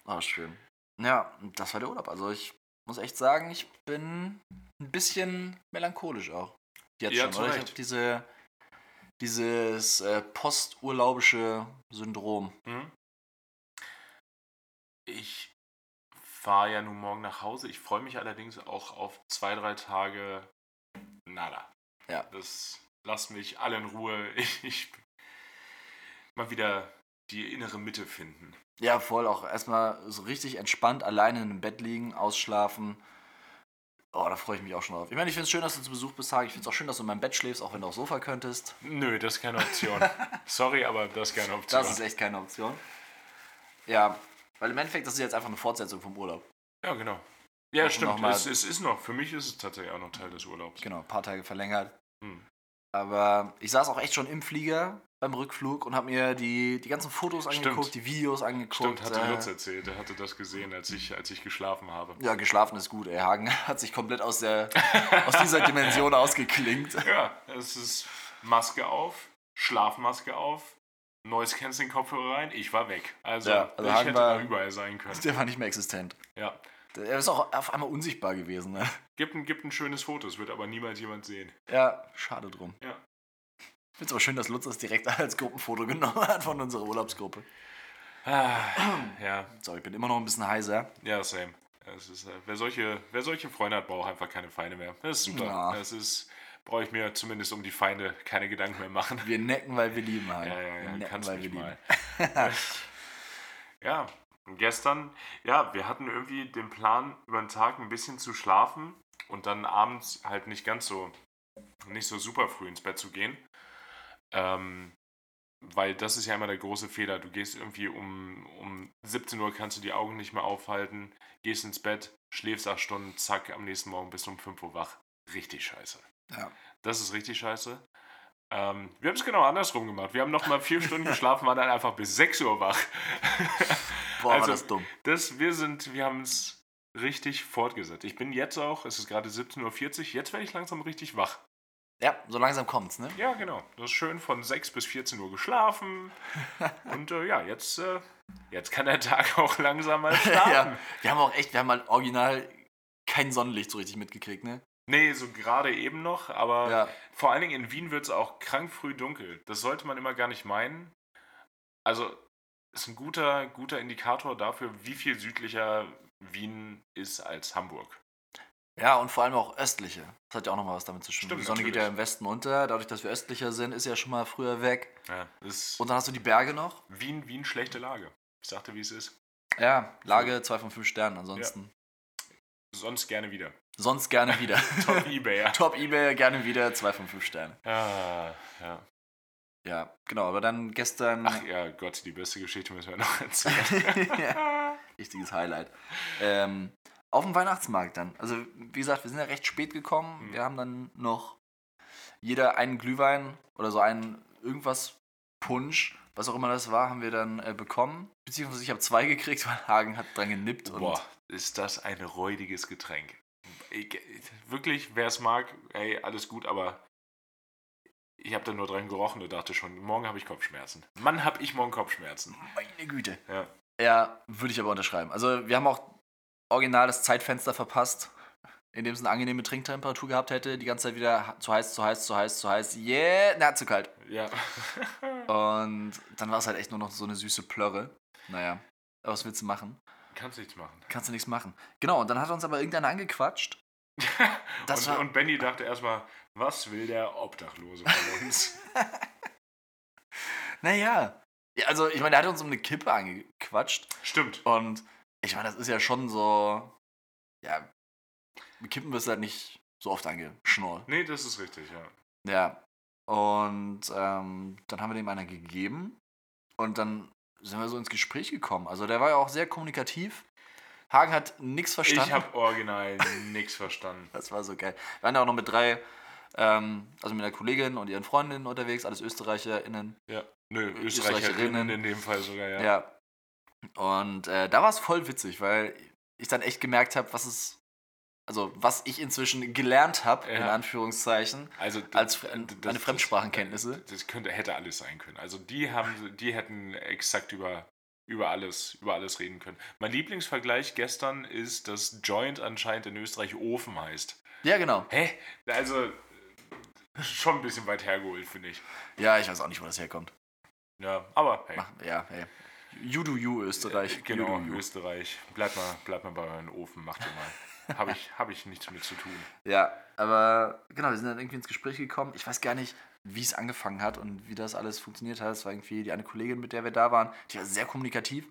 Speaker 2: Aber schön. Ja, das war der Urlaub. Also ich muss echt sagen, ich bin ein bisschen melancholisch auch. Jetzt
Speaker 1: Ja,
Speaker 2: schon,
Speaker 1: zu
Speaker 2: oder? Ich
Speaker 1: Recht.
Speaker 2: habe diese, dieses äh, posturlaubische Syndrom.
Speaker 1: Mhm. Ich fahre ja nun morgen nach Hause. Ich freue mich allerdings auch auf zwei, drei Tage nada.
Speaker 2: Ja.
Speaker 1: Das lasst mich alle in Ruhe. Ich, ich mal wieder die innere Mitte finden.
Speaker 2: Ja, voll. Auch erstmal so richtig entspannt alleine in einem Bett liegen, ausschlafen. Oh, da freue ich mich auch schon drauf. Ich meine, ich finde es schön, dass du zu Besuch bist, Hagen. Ich finde es auch schön, dass du in meinem Bett schläfst, auch wenn du aufs Sofa könntest.
Speaker 1: Nö, das ist keine Option. Sorry, aber das ist keine Option.
Speaker 2: Das ist echt keine Option. Ja, weil im Endeffekt, das ist jetzt einfach eine Fortsetzung vom Urlaub.
Speaker 1: ja, genau. Ja,
Speaker 2: Noch- noch
Speaker 1: stimmt.
Speaker 2: mal-
Speaker 1: Es, es ist noch, für mich ist es tatsächlich auch noch Teil des Urlaubs.
Speaker 2: Genau, ein paar Tage verlängert.
Speaker 1: Hm.
Speaker 2: Aber ich saß auch echt schon im Flieger beim Rückflug und habe mir die, die ganzen Fotos
Speaker 1: Stimmt.
Speaker 2: angeguckt, die Videos angeguckt.
Speaker 1: Stimmt, hatte
Speaker 2: äh,
Speaker 1: Lutz erzählt. Er hatte das gesehen, als ich, als ich geschlafen habe.
Speaker 2: ja, geschlafen ist gut, ey. Hagen hat sich komplett aus, der, aus dieser Dimension ausgeklinkt.
Speaker 1: Ja, es ist Maske auf, Schlafmaske auf, Noise Cancelling Kopfhörer rein, ich war weg. Also,
Speaker 2: Ja, also
Speaker 1: ich
Speaker 2: Hagen
Speaker 1: hätte
Speaker 2: war-
Speaker 1: da überall sein können.
Speaker 2: Der war nicht mehr existent.
Speaker 1: Ja.
Speaker 2: Er ist auch auf einmal unsichtbar gewesen, ne?
Speaker 1: Gibt ein, gibt ein schönes Foto, es wird aber niemals jemand sehen.
Speaker 2: Ja, schade drum.
Speaker 1: Ja.
Speaker 2: Ich finde es aber schön, dass Lutz das direkt als Gruppenfoto genommen hat von unserer Urlaubsgruppe.
Speaker 1: Ah, ja,
Speaker 2: So, ich bin immer noch ein bisschen heiser.
Speaker 1: ja, same. Es ist, äh, wer, solche, wer solche Freunde hat, braucht einfach keine Feinde mehr. Das ist super.
Speaker 2: Ja.
Speaker 1: Das ist, brauche ich mir zumindest um die Feinde keine Gedanken mehr machen.
Speaker 2: Wir necken, weil wir lieben, halt.
Speaker 1: Ja, ja,
Speaker 2: wir
Speaker 1: ja,
Speaker 2: necken,
Speaker 1: kannst
Speaker 2: weil
Speaker 1: mich
Speaker 2: wir lieben.
Speaker 1: mal. ja, Und gestern, ja, wir hatten irgendwie den Plan, über den Tag ein bisschen zu schlafen und dann abends halt nicht ganz so, nicht so super früh ins Bett zu gehen. Ähm, weil das ist ja immer der große Fehler. Du gehst irgendwie um, um 17 Uhr, kannst du die Augen nicht mehr aufhalten, gehst ins Bett, schläfst 8 Stunden, zack, am nächsten Morgen bist du um 5 Uhr wach. Richtig scheiße.
Speaker 2: Ja.
Speaker 1: Das ist richtig scheiße. Ähm, wir haben es genau andersrum gemacht. Wir haben nochmal vier Stunden geschlafen, waren dann einfach bis 6 Uhr wach.
Speaker 2: Boah,
Speaker 1: Also,
Speaker 2: war das dumm.
Speaker 1: Das, wir sind, wir haben es richtig fortgesetzt. Ich bin jetzt auch, es ist gerade 17.40 Uhr, jetzt werde ich langsam richtig wach.
Speaker 2: Ja, so langsam kommt's, ne?
Speaker 1: Ja, genau. Das ist schön von 6 bis 14 Uhr geschlafen. Und äh, ja, jetzt, äh, jetzt kann der Tag auch langsam mal starten.
Speaker 2: ja. Wir haben auch echt, wir haben halt original kein Sonnenlicht so richtig mitgekriegt, ne?
Speaker 1: Nee, so gerade eben noch, aber
Speaker 2: Ja.
Speaker 1: vor allen Dingen in Wien wird es auch krank früh dunkel. Das sollte man immer gar nicht meinen. Also ist ein guter, guter Indikator dafür, wie viel südlicher Wien ist als Hamburg.
Speaker 2: Ja, und vor allem auch östliche. Das hat ja auch nochmal was damit zu tun.
Speaker 1: Stimmt,
Speaker 2: die Sonne geht
Speaker 1: natürlich.
Speaker 2: ja im Westen unter, dadurch, dass wir östlicher sind, ist ja schon mal früher weg.
Speaker 1: Ja, ist
Speaker 2: Und dann hast du die Berge noch.
Speaker 1: Wien, Wien schlechte Lage. Ich sagte, wie es ist.
Speaker 2: Ja, Lage 2 von 5 Sternen, ansonsten.
Speaker 1: Sonst gerne wieder.
Speaker 2: Sonst gerne wieder.
Speaker 1: Top eBay.
Speaker 2: Top eBay, gerne wieder 2 von 5 Sternen.
Speaker 1: ah, ja.
Speaker 2: Ja, genau, aber dann gestern.
Speaker 1: Ach ja, Gott, die beste Geschichte müssen wir noch erzählen.
Speaker 2: ja, richtiges Highlight. Ähm, auf dem Weihnachtsmarkt dann. Also, wie gesagt, wir sind ja recht spät gekommen.
Speaker 1: Mhm.
Speaker 2: Wir haben dann noch jeder einen Glühwein oder so einen irgendwas Punsch, was auch immer das war, haben wir dann äh, bekommen. Beziehungsweise ich habe zwei gekriegt, weil Hagen hat dran genippt. Und
Speaker 1: Boah, ist das ein räudiges Getränk. Ich, ich- wirklich, wer es mag, ey, alles gut, aber ich habe da nur dran gerochen und dachte schon, morgen habe ich Kopfschmerzen. Mann, habe ich morgen Kopfschmerzen.
Speaker 2: meine Güte.
Speaker 1: Ja.
Speaker 2: Ja, würde ich aber unterschreiben. Also, wir haben auch original das Zeitfenster verpasst, in dem es eine angenehme Trinktemperatur gehabt hätte. Die ganze Zeit wieder zu heiß, zu heiß, zu heiß, zu heiß. Yeah, na, zu kalt.
Speaker 1: Ja.
Speaker 2: Und dann war es halt echt nur noch so eine süße Plörre. Naja, aber was willst du machen?
Speaker 1: Kannst nichts machen.
Speaker 2: Kannst du nichts machen. Genau, und dann hat uns aber irgendeiner angequatscht. Das
Speaker 1: und,
Speaker 2: war-
Speaker 1: und Benny dachte erstmal, was will der Obdachlose von uns?
Speaker 2: Naja. Ja, also, ich meine, der hat uns um eine Kippe angequatscht.
Speaker 1: Stimmt.
Speaker 2: Und ich meine, das ist ja schon so. Ja, mit Kippen wirst du halt nicht so oft angeschnurrt.
Speaker 1: Nee, das ist richtig, ja.
Speaker 2: Ja. Und ähm, dann haben wir dem einer gegeben und dann sind wir so ins Gespräch gekommen. Also der war ja auch sehr kommunikativ. Hagen hat nichts verstanden.
Speaker 1: Ich habe original nichts verstanden.
Speaker 2: das war so geil. Wir waren ja auch noch mit drei, ähm, also mit einer Kollegin und ihren Freundinnen unterwegs, alles ÖsterreicherInnen.
Speaker 1: Ja. Nö,
Speaker 2: Österreicherinnen.
Speaker 1: Österreicherinnen in dem Fall sogar, ja.
Speaker 2: Ja. Und äh, da war es voll witzig, weil ich dann echt gemerkt habe, was es, also was ich inzwischen gelernt habe, in
Speaker 1: Ja.
Speaker 2: Anführungszeichen,
Speaker 1: Also, d-
Speaker 2: als
Speaker 1: d-
Speaker 2: Fre
Speaker 1: das-
Speaker 2: meine Fremdsprachenkenntnisse.
Speaker 1: Das könnte, hätte alles sein können. Also die haben, die hätten exakt über, über alles, über alles reden können. Mein Lieblingsvergleich gestern ist, dass Joint anscheinend in Österreich Ofen heißt.
Speaker 2: Ja, genau.
Speaker 1: Hä? Also schon ein bisschen weit hergeholt, finde ich.
Speaker 2: Ja, ich weiß auch nicht, wo das herkommt.
Speaker 1: Ja, aber hey,
Speaker 2: Mach, ja, hey. You do you, Österreich.
Speaker 1: genau,
Speaker 2: You do you.
Speaker 1: Österreich. Bleibt mal, bleibt mal bei euren Ofen, macht ihr mal. Habe ich, hab ich nichts mit zu tun.
Speaker 2: Ja, aber genau, wir sind dann irgendwie ins Gespräch gekommen. Ich weiß gar nicht, wie es angefangen hat und wie das alles funktioniert hat. Es war irgendwie die eine Kollegin, mit der wir da waren, die war sehr kommunikativ.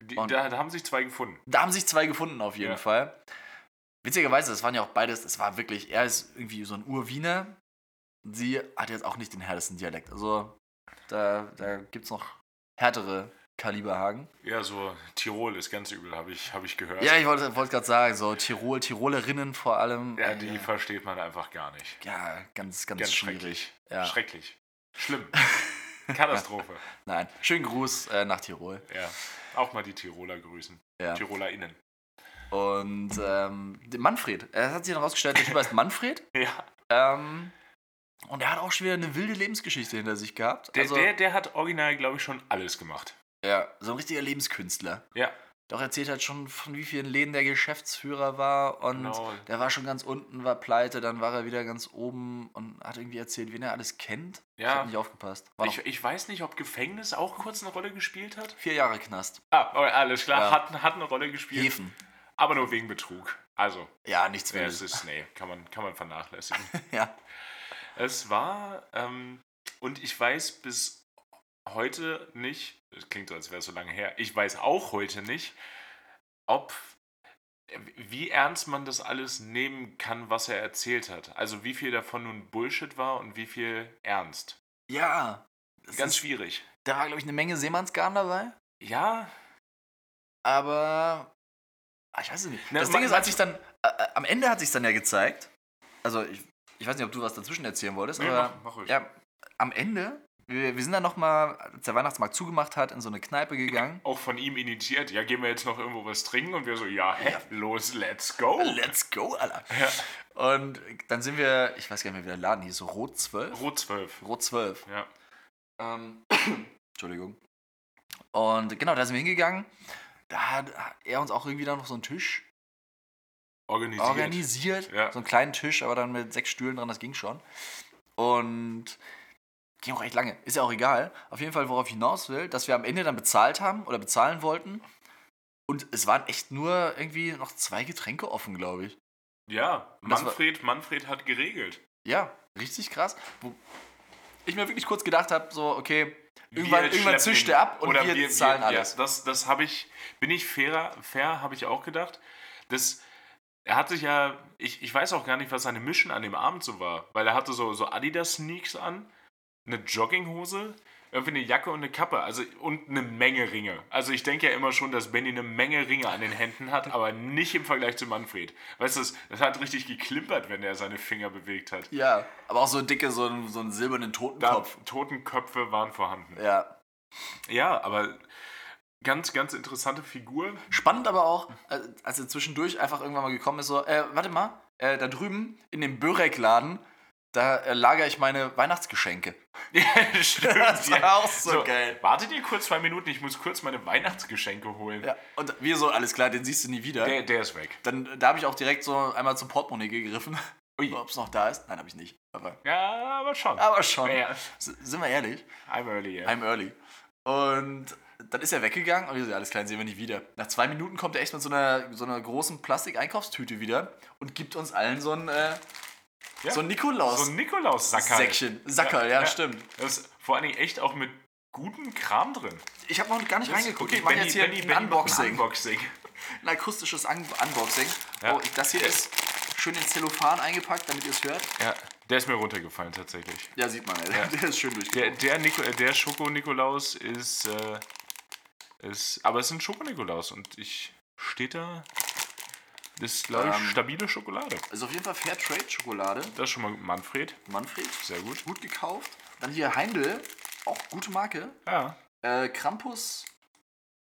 Speaker 1: Die,
Speaker 2: Und-
Speaker 1: da, da haben sich zwei gefunden.
Speaker 2: Da haben sich zwei gefunden auf jeden
Speaker 1: Ja.
Speaker 2: Fall. Witzigerweise, das waren ja auch beides, das war wirklich, er ist irgendwie so ein Urwiener. Sie hat jetzt auch nicht den härtesten Dialekt. Also da, da gibt es noch härtere Kaliberhagen.
Speaker 1: Ja, so Tirol ist ganz übel, habe ich, hab ich gehört.
Speaker 2: Ja, ich wollte es gerade sagen, so Tirol, Tirolerinnen vor allem.
Speaker 1: ja, die versteht man einfach gar nicht.
Speaker 2: Ja, ganz, ganz,
Speaker 1: Ganz
Speaker 2: schwierig.
Speaker 1: schrecklich.
Speaker 2: Ja.
Speaker 1: Schrecklich. Schlimm. Katastrophe.
Speaker 2: Nein, schönen Gruß äh, nach Tirol.
Speaker 1: ja. Auch mal die Tiroler grüßen.
Speaker 2: Ja.
Speaker 1: TirolerInnen.
Speaker 2: Und ähm, den Manfred, es hat sich dann rausgestellt, der Typ heißt Manfred.
Speaker 1: Ja.
Speaker 2: Ähm, und er hat auch schon wieder eine wilde Lebensgeschichte hinter sich gehabt.
Speaker 1: Der,
Speaker 2: also,
Speaker 1: der, der hat original, glaube ich, schon alles gemacht.
Speaker 2: ja, so ein richtiger Lebenskünstler.
Speaker 1: Ja.
Speaker 2: Doch erzählt hat schon, von wie vielen Läden der Geschäftsführer war und
Speaker 1: Genau.
Speaker 2: der war schon ganz unten, war pleite, dann war er wieder ganz oben und hat irgendwie erzählt, wen er alles kennt. Ich
Speaker 1: Ja.
Speaker 2: hab nicht aufgepasst. War
Speaker 1: Ich,
Speaker 2: noch
Speaker 1: ich weiß nicht, ob Gefängnis auch kurz eine Rolle gespielt hat.
Speaker 2: vier Jahre Knast.
Speaker 1: Ah, oh, alles klar.
Speaker 2: Ja.
Speaker 1: Hat, hat eine Rolle gespielt.
Speaker 2: Häfen.
Speaker 1: Aber nur wegen Betrug. Also,
Speaker 2: Ja, nichts
Speaker 1: ja,
Speaker 2: mehr.
Speaker 1: es ist, nee, kann man, kann man vernachlässigen.
Speaker 2: Ja.
Speaker 1: es war, ähm, und ich weiß bis heute nicht, es klingt so, als wäre es so lange her, ich weiß auch heute nicht, ob, wie ernst man das alles nehmen kann, was er erzählt hat. Also wie viel davon nun Bullshit war und wie viel ernst.
Speaker 2: Ja. das
Speaker 1: Ganz
Speaker 2: ist-
Speaker 1: schwierig.
Speaker 2: Da war, glaube ich, eine Menge Seemannsgarn dabei.
Speaker 1: Ja,
Speaker 2: Aber. ah, Ich weiß es nicht.
Speaker 1: Ne,
Speaker 2: das
Speaker 1: man-
Speaker 2: Ding ist,
Speaker 1: man-
Speaker 2: hat sich dann. Äh, äh, am Ende hat sich dann ja gezeigt. Also, ich, ich weiß nicht, ob du was dazwischen erzählen wolltest,
Speaker 1: nee,
Speaker 2: aber.
Speaker 1: mach, mach ruhig.
Speaker 2: Ja, am Ende. Wir, wir sind dann nochmal, als der Weihnachtsmarkt zugemacht hat, in so eine Kneipe gegangen.
Speaker 1: Auch von ihm initiiert, ja, gehen wir jetzt noch irgendwo was trinken und wir so, ja, hä,
Speaker 2: Ja.
Speaker 1: los, let's go.
Speaker 2: Let's go, Alter. Und dann sind wir, ich weiß gar nicht mehr, wie der Laden hieß, so Rot 12?
Speaker 1: Rot 12.
Speaker 2: Rot 12.
Speaker 1: Ja.
Speaker 2: Ähm, Entschuldigung. Und genau, da sind wir hingegangen. Da hat er uns auch irgendwie dann noch so einen Tisch
Speaker 1: Organisiert.
Speaker 2: organisiert.
Speaker 1: Ja.
Speaker 2: So einen kleinen Tisch, aber dann mit sechs Stühlen dran, das ging schon. Und ging auch recht lange. Ist ja auch egal. Auf jeden Fall, worauf ich hinaus will, dass wir am Ende dann bezahlt haben oder bezahlen wollten. Und es waren echt nur irgendwie noch zwei Getränke offen, glaube ich.
Speaker 1: ja,
Speaker 2: Das war-
Speaker 1: Manfred, Manfred hat geregelt.
Speaker 2: Ja, richtig krass. Wo ich mir wirklich kurz gedacht habe, so, okay,
Speaker 1: Wir
Speaker 2: irgendwann, irgendwann
Speaker 1: schleppen
Speaker 2: zischt
Speaker 1: ihn.
Speaker 2: er ab und
Speaker 1: Oder
Speaker 2: wir, zahlen
Speaker 1: ja,
Speaker 2: alles.
Speaker 1: das das habe ich, bin ich fairer, fair, habe ich auch gedacht. Das, er hatte sich ja, ich, ich weiß auch gar nicht, was seine Mission an dem Abend so war, weil er hatte so, so Adidas-Sneaks an, eine Jogginghose, irgendwie eine Jacke und eine Kappe also, und eine Menge Ringe. Also ich denke ja immer schon, dass Benny eine Menge Ringe an den Händen hat, aber nicht im Vergleich zu Manfred. Weißt du, das, das hat richtig geklimpert, wenn er seine Finger bewegt hat.
Speaker 2: Ja, aber auch so dicke, so einen, so einen silbernen
Speaker 1: Da,
Speaker 2: Totenkopf.
Speaker 1: Totenköpfe waren vorhanden.
Speaker 2: Ja,
Speaker 1: Ja, aber ganz, ganz interessante Figur.
Speaker 2: Spannend aber auch, äh, als er zwischendurch einfach irgendwann mal gekommen ist, so, äh, warte mal, äh, da drüben in dem Börek-Laden, da äh, lagere ich meine Weihnachtsgeschenke.
Speaker 1: Ja, Stimmt.
Speaker 2: Das war
Speaker 1: ja.
Speaker 2: auch so geil.
Speaker 1: Wartet ihr kurz zwei Minuten, ich muss kurz meine Weihnachtsgeschenke holen.
Speaker 2: Ja, und wir so, alles klar, den siehst du nie wieder.
Speaker 1: Der, der ist weg.
Speaker 2: Dann, da habe ich auch direkt so einmal zum Portemonnaie gegriffen.
Speaker 1: Ui.
Speaker 2: Ob es noch da ist? Nein, habe ich nicht. Aber,
Speaker 1: Ja, aber schon.
Speaker 2: aber schon.
Speaker 1: Ja,
Speaker 2: S sind wir ehrlich?
Speaker 1: I'm early. Yeah.
Speaker 2: I'm early. Und dann ist er weggegangen und wir so, ja, alles klar, den sehen wir nicht wieder. Nach zwei Minuten kommt er echt mit so einer, so einer großen Plastik-Einkaufstüte wieder und gibt uns allen so einen, äh,
Speaker 1: Ja.
Speaker 2: so einen Nikolaus.
Speaker 1: so ein Nikolaus-Sacker.
Speaker 2: Säckchen. Sacker, ja,
Speaker 1: Ja, ja.
Speaker 2: stimmt.
Speaker 1: Das ist vor allen Dingen echt auch mit gutem Kram drin.
Speaker 2: Ich habe noch gar nicht reingeguckt. ich mache
Speaker 1: Benny-
Speaker 2: jetzt hier
Speaker 1: Benny-
Speaker 2: ein
Speaker 1: Benny macht
Speaker 2: Unboxing.
Speaker 1: Ein Unboxing.
Speaker 2: Ein akustisches Un Unboxing.
Speaker 1: Ja.
Speaker 2: Oh, ich, das hier ist schön in Zellophan eingepackt, damit ihr es hört.
Speaker 1: Ja, der ist mir runtergefallen tatsächlich.
Speaker 2: Ja, sieht man. Ja. Der ist schön
Speaker 1: Der,
Speaker 2: durchgegangen.
Speaker 1: der, Nico, äh, der Schoko-Nikolaus ist, äh, ist. Aber es ist ein Schoko-Nikolaus und ich. Steht da. Das ist, glaube ich,
Speaker 2: Ähm.
Speaker 1: stabile Schokolade.
Speaker 2: Also auf jeden Fall Fairtrade-Schokolade.
Speaker 1: Das ist schon mal Manfred.
Speaker 2: Manfred,
Speaker 1: Sehr gut.
Speaker 2: gut gekauft. Dann hier Heindl, auch gute Marke.
Speaker 1: Ja.
Speaker 2: Äh, Krampus,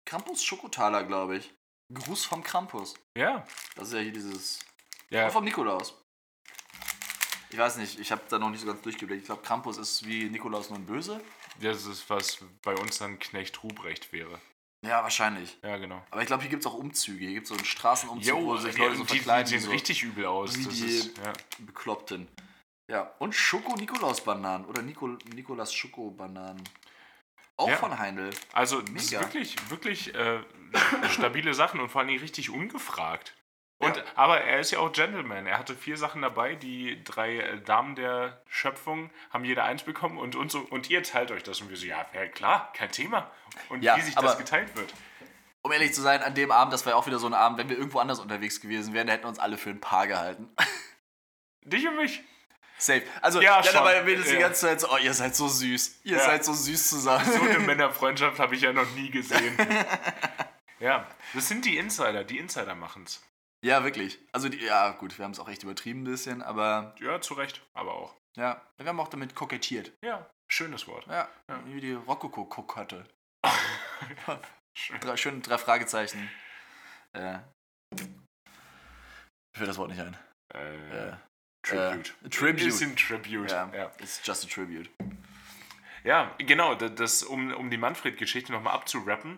Speaker 2: Krampus Schokotaler, glaube ich. Gruß vom Krampus.
Speaker 1: Ja.
Speaker 2: Das ist ja hier dieses
Speaker 1: Ja.
Speaker 2: Auch vom Nikolaus. Ich weiß nicht, ich habe da noch nicht so ganz durchgeblickt. Ich glaube, Krampus ist wie Nikolaus nun böse.
Speaker 1: Das ist, was bei uns dann Knecht Ruprecht wäre.
Speaker 2: Ja, wahrscheinlich.
Speaker 1: Ja, genau.
Speaker 2: Aber ich glaube, hier gibt es auch Umzüge. Hier gibt es so einen Straßenumzug, wo sich
Speaker 1: die-
Speaker 2: Leute so
Speaker 1: die,
Speaker 2: verkleiden.
Speaker 1: die sehen
Speaker 2: so
Speaker 1: richtig übel aus.
Speaker 2: wie
Speaker 1: Das
Speaker 2: die-
Speaker 1: ist, ja.
Speaker 2: Bekloppten. Ja, und Schoko-Nikolaus-Bananen. Oder Nikol Nikolaus Schoko-Bananen. Auch
Speaker 1: Ja.
Speaker 2: von Heindl.
Speaker 1: Also, das ist
Speaker 2: Mega.
Speaker 1: wirklich, wirklich äh, stabile Sachen und vor allen Dingen richtig ungefragt. Und,
Speaker 2: Ja.
Speaker 1: Aber er ist ja auch Gentleman. Er hatte vier Sachen dabei. Die drei äh, Damen der Schöpfung haben jeder eins bekommen und, und, so, und ihr teilt euch das. Und wir so, ja, ja klar, kein Thema. Und
Speaker 2: Ja,
Speaker 1: wie sich
Speaker 2: aber-
Speaker 1: das geteilt wird.
Speaker 2: Um ehrlich zu sein, an dem Abend, das war ja auch wieder so ein Abend, wenn wir irgendwo anders unterwegs gewesen wären, da hätten uns alle für ein Paar gehalten.
Speaker 1: Dich und mich.
Speaker 2: Safe. Also,
Speaker 1: Ja,
Speaker 2: ja,
Speaker 1: schon.
Speaker 2: dabei Mädels die
Speaker 1: Ja.
Speaker 2: ganze Zeit so, oh, ihr seid so süß. Ihr
Speaker 1: Ja.
Speaker 2: seid so süß zusammen.
Speaker 1: So eine Männerfreundschaft habe ich ja noch nie gesehen. ja, das sind die Insider. Die Insider machen's.
Speaker 2: Ja, wirklich. Also, die, ja, gut, wir haben es auch echt übertrieben ein bisschen, aber
Speaker 1: Ja, zu Recht, aber auch.
Speaker 2: ja, wir haben auch damit kokettiert.
Speaker 1: Ja, schönes Wort.
Speaker 2: Ja,
Speaker 1: Ja.
Speaker 2: wie die Rokoko kokette.
Speaker 1: Schön.
Speaker 2: Drei, schön drei Fragezeichen. Äh. Ich will das Wort nicht ein.
Speaker 1: Äh,
Speaker 2: Äh,
Speaker 1: Tribute.
Speaker 2: Äh, Tribute.
Speaker 1: Ist ein Tribute.
Speaker 2: ja,
Speaker 1: Ja, ja.
Speaker 2: it's just a tribute.
Speaker 1: genau, da- das, um, um die Manfred-Geschichte nochmal abzurappen.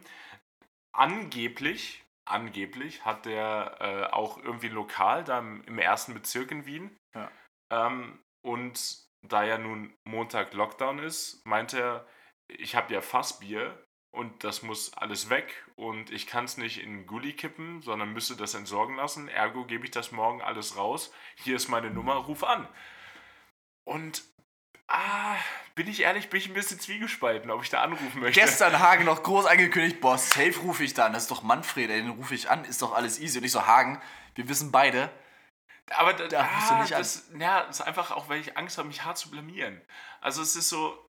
Speaker 1: Angeblich, angeblich hat der äh, auch irgendwie ein Lokal da im, im ersten Bezirk in Wien.
Speaker 2: Ja.
Speaker 1: Ähm, und da ja nun Montag Lockdown ist, meint er, ich habe ja Fassbier und das muss alles weg und ich kann es nicht in Gulli kippen, sondern müsste das entsorgen lassen. Ergo gebe ich das morgen alles raus. Hier ist meine Nummer, ruf an. Und ah, bin ich ehrlich, bin ich ein bisschen zwiegespalten, ob ich da anrufen möchte.
Speaker 2: Gestern Hagen noch groß angekündigt, boah, safe rufe ich da an. Das ist doch Manfred, ey, den rufe ich an, ist doch alles easy. Und ich so, Hagen, wir wissen beide,
Speaker 1: Aber da,
Speaker 2: Da rufst du
Speaker 1: ah,
Speaker 2: nicht an.
Speaker 1: das, ja, das ist einfach auch, weil ich Angst habe, mich hart zu blamieren. Also es ist so,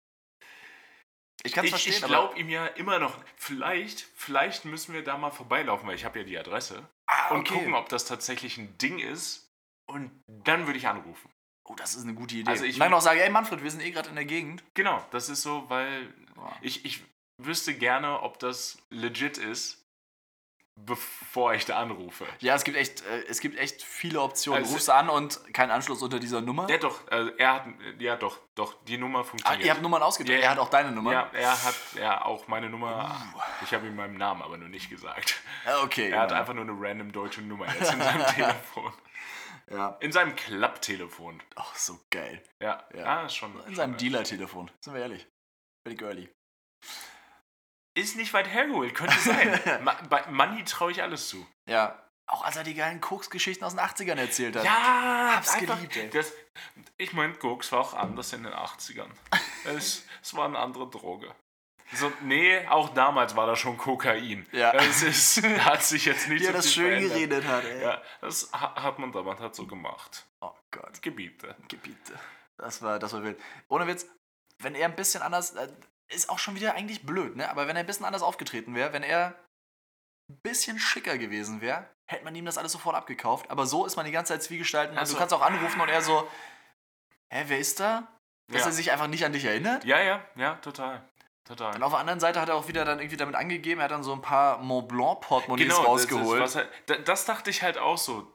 Speaker 2: ich kann es
Speaker 1: ich,
Speaker 2: verstehen,
Speaker 1: ich
Speaker 2: aber-
Speaker 1: glaube ihm ja immer noch. Vielleicht, vielleicht müssen wir da mal vorbeilaufen, weil ich habe ja die Adresse.
Speaker 2: Ah,
Speaker 1: Und
Speaker 2: okay.
Speaker 1: gucken, ob das tatsächlich ein Ding ist. Und dann würde ich anrufen.
Speaker 2: Oh, das ist eine gute Idee.
Speaker 1: Also ich-
Speaker 2: Nein, auch sagen, ey Manfred, wir sind eh gerade in der Gegend.
Speaker 1: Genau, das ist so, weil
Speaker 2: Boah.
Speaker 1: ich, ich wüsste gerne, ob das legit ist, bevor ich da anrufe.
Speaker 2: Ja, es gibt echt, äh, es gibt echt viele Optionen.
Speaker 1: Also-
Speaker 2: du rufst an und kein Anschluss unter dieser Nummer.
Speaker 1: Ja, doch, äh, er hat, ja, doch, doch, die Nummer
Speaker 2: ah,
Speaker 1: funktioniert.
Speaker 2: ihr habt Nummern ausgetauscht.
Speaker 1: Ja, ja.
Speaker 2: Er hat auch deine Nummer.
Speaker 1: ja, er hat ja auch meine Nummer. Ich habe ihm meinen Namen aber nur nicht gesagt.
Speaker 2: Ah, Okay.
Speaker 1: Er hat
Speaker 2: Uh. genau.
Speaker 1: einfach nur eine random deutsche Nummer jetzt in seinem Telefon.
Speaker 2: ja.
Speaker 1: In seinem Klapptelefon.
Speaker 2: Ach, so geil.
Speaker 1: Ja,
Speaker 2: Ja.
Speaker 1: ja. ist schon.
Speaker 2: In seinem
Speaker 1: schon,
Speaker 2: Dealer-Telefon. Sind wir ehrlich. Billy Girly.
Speaker 1: Ist nicht weit hergeholt, könnte sein. Ma bei Money traue ich alles zu.
Speaker 2: Ja. Auch als er die geilen Koks-Geschichten aus den 80ern erzählt hat.
Speaker 1: Ja,
Speaker 2: hab's geliebt, ey.
Speaker 1: das, ich meine, Koks war auch anders in den 80ern. es, es war eine andere Droge. So, nee, auch damals war da schon Kokain.
Speaker 2: Ja.
Speaker 1: Das ist, da hat sich jetzt nicht
Speaker 2: Wie er
Speaker 1: so
Speaker 2: das
Speaker 1: viel
Speaker 2: schön
Speaker 1: verändert.
Speaker 2: geredet hat, ey.
Speaker 1: Ja, das ha- hat man damals halt so gemacht.
Speaker 2: Oh Gott.
Speaker 1: Gebiete.
Speaker 2: Gebiete. Das war, das war wild. Ohne Witz, wenn er ein bisschen anders, äh, ist auch schon wieder eigentlich blöd, ne? Aber wenn er ein bisschen anders aufgetreten wäre, wenn er ein bisschen schicker gewesen wäre, hätte man ihm das alles sofort abgekauft. Aber so ist man die ganze Zeit zwiegestalten. Also
Speaker 1: Also-
Speaker 2: du kannst auch anrufen und er so, hä, wer ist da? Dass
Speaker 1: Ja.
Speaker 2: er sich einfach nicht an dich erinnert.
Speaker 1: Ja, ja, ja, total. Total.
Speaker 2: Und auf der anderen Seite hat er auch wieder dann irgendwie damit angegeben, er hat dann so ein paar Mont Blanc Portemonnaies rausgeholt.
Speaker 1: Genau, Das, ist, was er, da- das dachte ich halt auch so.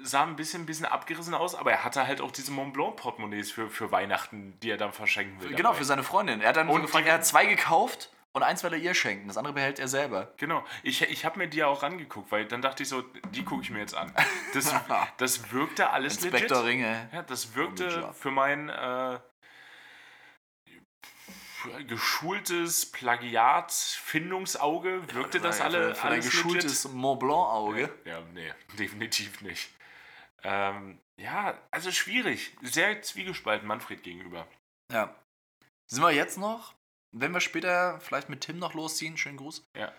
Speaker 1: Sah ein bisschen, bisschen abgerissen aus, aber er hatte halt auch diese Montblanc-Portemonnaies für, für Weihnachten, die er dann verschenken will.
Speaker 2: genau,
Speaker 1: dabei.
Speaker 2: für seine Freundin. Er hat dann so
Speaker 1: Und
Speaker 2: gefragt,
Speaker 1: die-
Speaker 2: er hat zwei gekauft und eins will er ihr schenken. Das andere behält er selber.
Speaker 1: genau. Ich, ich habe mir die ja auch angeguckt, weil dann dachte ich so, die gucke ich mir jetzt an. Das, das wirkte alles
Speaker 2: Inspektor
Speaker 1: legit.
Speaker 2: Ringe.
Speaker 1: Ja, das wirkte
Speaker 2: Ninja.
Speaker 1: für mein äh, geschultes Plagiat-Findungsauge, wirkte das alle,
Speaker 2: für dein
Speaker 1: alles legit.
Speaker 2: geschultes Mont Blanc-Auge.
Speaker 1: Ja, nee, definitiv nicht. Ähm, ja, also schwierig. Sehr zwiegespalten Manfred gegenüber.
Speaker 2: Ja. Sind wir jetzt noch? Wenn wir später vielleicht mit Tim noch losziehen, schönen Gruß.
Speaker 1: Ja.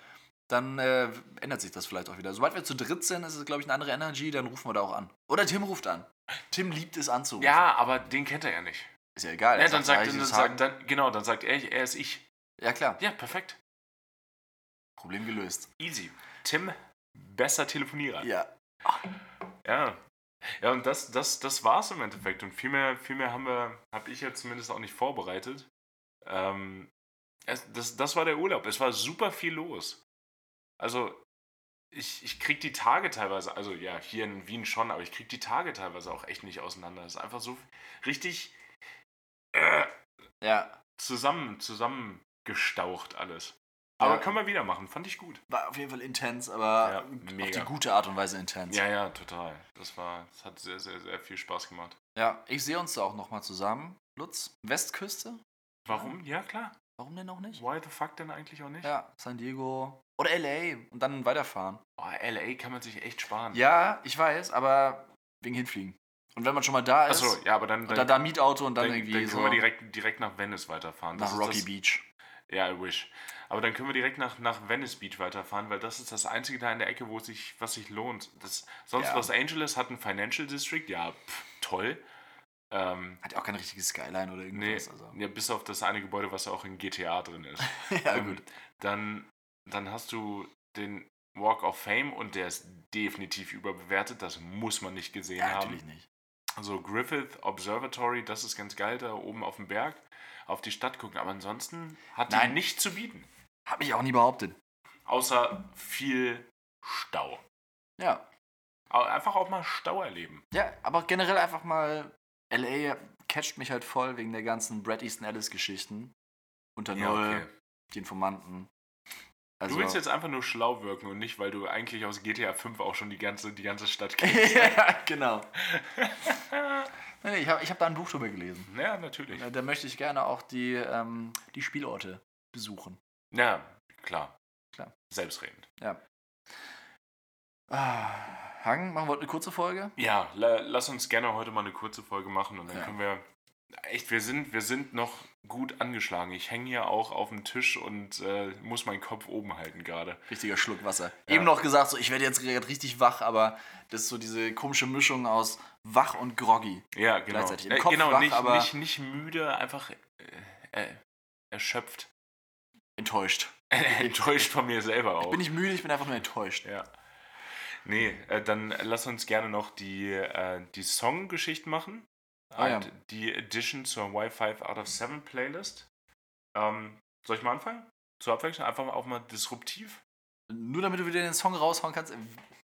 Speaker 2: Dann äh, ändert sich das vielleicht auch wieder. Sobald wir zu dritt sind, ist es, glaube ich, eine andere Energy, dann rufen wir da auch an. Oder Tim ruft an. Tim liebt es anzurufen.
Speaker 1: Ja, aber den kennt er ja nicht.
Speaker 2: Ist ja egal.
Speaker 1: Ja,
Speaker 2: er
Speaker 1: dann sagt,
Speaker 2: ja,
Speaker 1: dann,
Speaker 2: ich ist Hagen.
Speaker 1: sagt dann, genau, dann sagt er, er ist ich.
Speaker 2: ja, klar.
Speaker 1: Ja, perfekt.
Speaker 2: Problem gelöst.
Speaker 1: Easy. Tim, besser Telefonierer. Ja.
Speaker 2: Ja.
Speaker 1: Ja, und das, das, das war's im Endeffekt. Und viel mehr, viel mehr haben wir, habe ich ja zumindest auch nicht vorbereitet. Ähm, es, das, das war der Urlaub. Es war super viel los. Also, ich, ich krieg die Tage teilweise, also ja, hier in Wien schon, aber ich krieg die Tage teilweise auch echt nicht auseinander. Es ist einfach so richtig äh,
Speaker 2: Ja.
Speaker 1: zusammen, zusammengestaucht alles. Aber
Speaker 2: Ja.
Speaker 1: können wir wieder machen, fand ich gut.
Speaker 2: War auf jeden Fall intens, aber
Speaker 1: Ja,
Speaker 2: auf
Speaker 1: mega.
Speaker 2: die gute Art und Weise intens.
Speaker 1: Ja, ja, total. Das war, das hat sehr, sehr, sehr viel Spaß gemacht.
Speaker 2: ja ich sehe uns da auch nochmal zusammen. Lutz, Westküste?
Speaker 1: Warum? Ja, klar.
Speaker 2: Warum denn auch nicht?
Speaker 1: Why the fuck denn eigentlich auch nicht?
Speaker 2: Ja, San Diego. Oder LA und dann weiterfahren.
Speaker 1: Oh, LA kann man sich echt sparen.
Speaker 2: Ja, ich weiß, aber wegen hinfliegen. Und wenn man schon mal da ist,
Speaker 1: Achso, ja, aber dann,
Speaker 2: und
Speaker 1: dann,
Speaker 2: dann
Speaker 1: dann,
Speaker 2: da Mietauto und dann
Speaker 1: dann,
Speaker 2: irgendwie
Speaker 1: können
Speaker 2: so
Speaker 1: wir direkt, direkt nach Venice weiterfahren.
Speaker 2: nach
Speaker 1: ist
Speaker 2: Rocky
Speaker 1: das,
Speaker 2: Beach.
Speaker 1: Ja, I wish. Aber dann können wir direkt nach, nach Venice Beach weiterfahren, weil das ist das einzige da in der Ecke, wo es sich, was sich lohnt. Das, sonst
Speaker 2: Ja.
Speaker 1: Los Angeles hat ein Financial District, ja, pff, toll. Ähm,
Speaker 2: Hat ja auch kein richtiges Skyline oder
Speaker 1: nee,
Speaker 2: irgendwas. Also.
Speaker 1: ja, bis auf das eine Gebäude, was ja auch in GTA drin ist.
Speaker 2: ja,
Speaker 1: Ähm,
Speaker 2: gut.
Speaker 1: Dann, dann hast du den Walk of Fame und der ist definitiv überbewertet. Das muss man nicht gesehen
Speaker 2: Ja,
Speaker 1: haben.
Speaker 2: natürlich nicht.
Speaker 1: Also Griffith Observatory, das ist ganz geil, da oben auf dem Berg auf die Stadt gucken. Aber ansonsten hat die
Speaker 2: Nein.
Speaker 1: nichts zu bieten.
Speaker 2: Hab ich auch nie behauptet.
Speaker 1: Außer viel Stau.
Speaker 2: Ja.
Speaker 1: Aber einfach auch mal Stau erleben.
Speaker 2: Ja, aber generell einfach mal. LA catcht mich halt voll wegen der ganzen Brad Easton Ellis-Geschichten. Unter Null, die Informanten.
Speaker 1: Du
Speaker 2: Also,
Speaker 1: willst jetzt einfach nur schlau wirken und nicht, weil du eigentlich aus GTA 5 auch schon die ganze, die ganze Stadt kennst.
Speaker 2: ja, genau. Nee, nee, ich habe ich hab da ein Buch drüber gelesen.
Speaker 1: ja, natürlich.
Speaker 2: Ja, Da möchte ich gerne auch die, ähm, die Spielorte besuchen.
Speaker 1: Ja, klar.
Speaker 2: Klar.
Speaker 1: Selbstredend.
Speaker 2: Ah, Hagen, machen wir heute eine kurze Folge?
Speaker 1: Ja, la lass uns gerne heute mal eine kurze Folge machen und dann
Speaker 2: Ja.
Speaker 1: können wir Echt, wir sind, wir sind noch gut angeschlagen. Ich hänge hier auch auf dem Tisch und äh, muss meinen Kopf oben halten gerade.
Speaker 2: Richtiger Schluck Wasser.
Speaker 1: Ja.
Speaker 2: Eben noch gesagt, so ich werde jetzt gerade richtig wach, aber das ist so diese komische Mischung aus wach und groggy.
Speaker 1: Ja, genau.
Speaker 2: Gleichzeitig im
Speaker 1: Äh,
Speaker 2: Kopf
Speaker 1: genau,
Speaker 2: wach,
Speaker 1: nicht,
Speaker 2: aber-
Speaker 1: nicht, nicht müde, einfach äh, äh, erschöpft.
Speaker 2: Enttäuscht.
Speaker 1: Enttäuscht von mir selber
Speaker 2: Ich
Speaker 1: auch.
Speaker 2: bin nicht müde, ich bin einfach nur enttäuscht.
Speaker 1: Ja. Nee, äh, dann lass uns gerne noch die, äh, die Song-Geschichten machen.
Speaker 2: Ah, ja.
Speaker 1: und die Edition zur Y5 Out of 7 Playlist. Ähm, soll ich mal anfangen? Zur Abwechslung einfach mal auch mal disruptiv?
Speaker 2: Nur damit du wieder den Song raushauen kannst.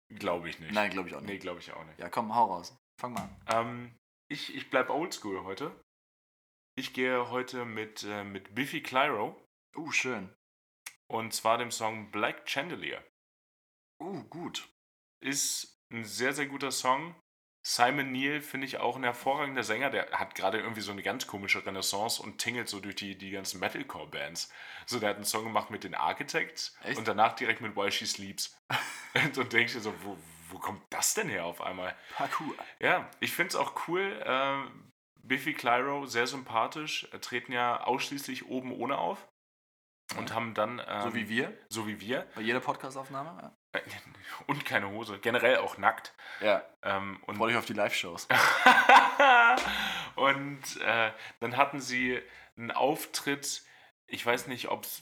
Speaker 1: Glaube ich nicht.
Speaker 2: Nein, glaube ich auch
Speaker 1: Nee,
Speaker 2: nicht.
Speaker 1: glaube ich auch nicht.
Speaker 2: Ja, komm, hau raus. Fang mal an.
Speaker 1: Ähm, ich ich bleibe oldschool heute. Ich gehe heute mit, äh, mit Biffy Clyro
Speaker 2: Uh, schön.
Speaker 1: und zwar dem Song Black Chandelier.
Speaker 2: Uh, gut.
Speaker 1: ist ein sehr, sehr guter Song. Simon Neal finde ich auch ein hervorragender Sänger. Der hat gerade irgendwie so eine ganz komische Renaissance und tingelt so durch die, die ganzen Metalcore-Bands. So, der hat einen Song gemacht mit den Architects
Speaker 2: Echt?
Speaker 1: und danach direkt mit Why She Sleeps. und, und denkst dir so, wo, wo kommt das denn her auf einmal?
Speaker 2: Parkour.
Speaker 1: Ja, ich finde es auch cool. ähm, Biffy Clyro, sehr sympathisch, äh, treten ja ausschließlich oben ohne auf und haben dann, ähm,
Speaker 2: So wie wir,
Speaker 1: so wie wir,
Speaker 2: bei jeder
Speaker 1: äh,
Speaker 2: Podcastaufnahme.
Speaker 1: und keine Hose, generell auch nackt.
Speaker 2: Ja,
Speaker 1: Ähm, und
Speaker 2: freue ich auf die Live-Shows.
Speaker 1: und äh, dann hatten sie einen Auftritt, ich weiß nicht, ob es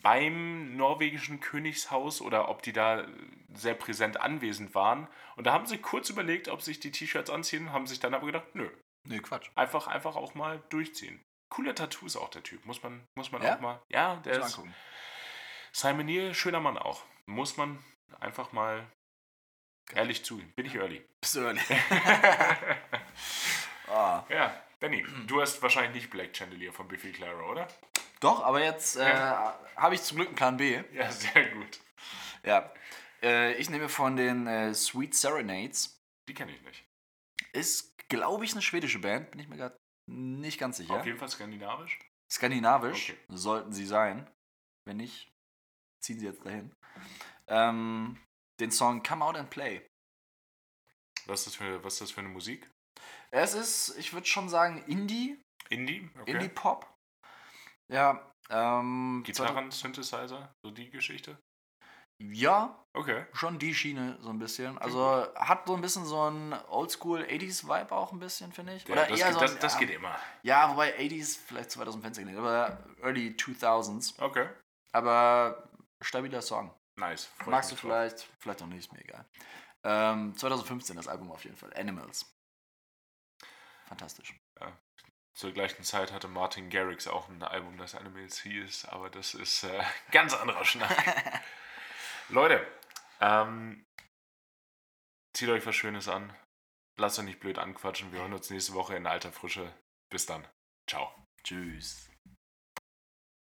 Speaker 1: beim norwegischen Königshaus oder ob die da sehr präsent anwesend waren. Und da haben sie kurz überlegt, ob sich die T-Shirts anziehen, haben sich dann aber gedacht, nö,
Speaker 2: Nee, Quatsch.
Speaker 1: einfach, einfach auch mal durchziehen. Coole Tattoos auch der Typ, muss man, muss man
Speaker 2: Ja?
Speaker 1: auch mal. Ja,
Speaker 2: Muss
Speaker 1: der
Speaker 2: man
Speaker 1: ist
Speaker 2: angucken.
Speaker 1: Simon Neal, schöner Mann auch. Muss man einfach mal ehrlich zugeben. Bin ich early.
Speaker 2: Bist du early? Ah.
Speaker 1: Ja, Benny, du hast wahrscheinlich nicht Black Chandelier von Biffy Clyro, oder?
Speaker 2: Doch, aber jetzt äh, habe ich zum Glück einen Plan B.
Speaker 1: Ja, sehr gut.
Speaker 2: Ja. Äh, ich nehme von den äh, Sweet Serenades.
Speaker 1: Die kenne ich nicht.
Speaker 2: Ist, glaube ich, eine schwedische Band. Bin ich mir gerade nicht ganz sicher.
Speaker 1: Auf jeden Fall skandinavisch.
Speaker 2: Skandinavisch
Speaker 1: Okay.
Speaker 2: sollten sie sein. Wenn nicht, ziehen sie jetzt dahin. Ähm, den Song Come Out and Play.
Speaker 1: Was ist das für, was ist das für eine Musik?
Speaker 2: Es ist, ich würde schon sagen, Indie,
Speaker 1: Indie? Okay.
Speaker 2: Indie-Pop. Ja, ähm,
Speaker 1: Gitarren, Synthesizer, so die Geschichte?
Speaker 2: Ja,
Speaker 1: Okay.
Speaker 2: schon die Schiene so ein bisschen. Also hat so ein bisschen so ein Oldschool 80s Vibe auch ein bisschen, finde ich.
Speaker 1: ja, das, geht, das, das geht immer.
Speaker 2: Ja, wobei 80s vielleicht zu weit aus dem Fenster gelegt, aber early 2000s.
Speaker 1: Okay.
Speaker 2: Aber stabiler Song.
Speaker 1: Nice. Freut
Speaker 2: Magst du
Speaker 1: mich drauf.
Speaker 2: vielleicht, vielleicht auch nicht, ist mir egal. Ähm, 2015 das Album auf jeden Fall, Animals. Fantastisch.
Speaker 1: Zur gleichen Zeit hatte Martin Garrix auch ein Album, das Animals hieß, aber das ist äh, ganz anderer Schnack. Leute, ähm, zieht euch was Schönes an. Lasst euch nicht blöd anquatschen. Wir hören uns nächste Woche in alter Frische. Bis dann. Ciao.
Speaker 2: Tschüss.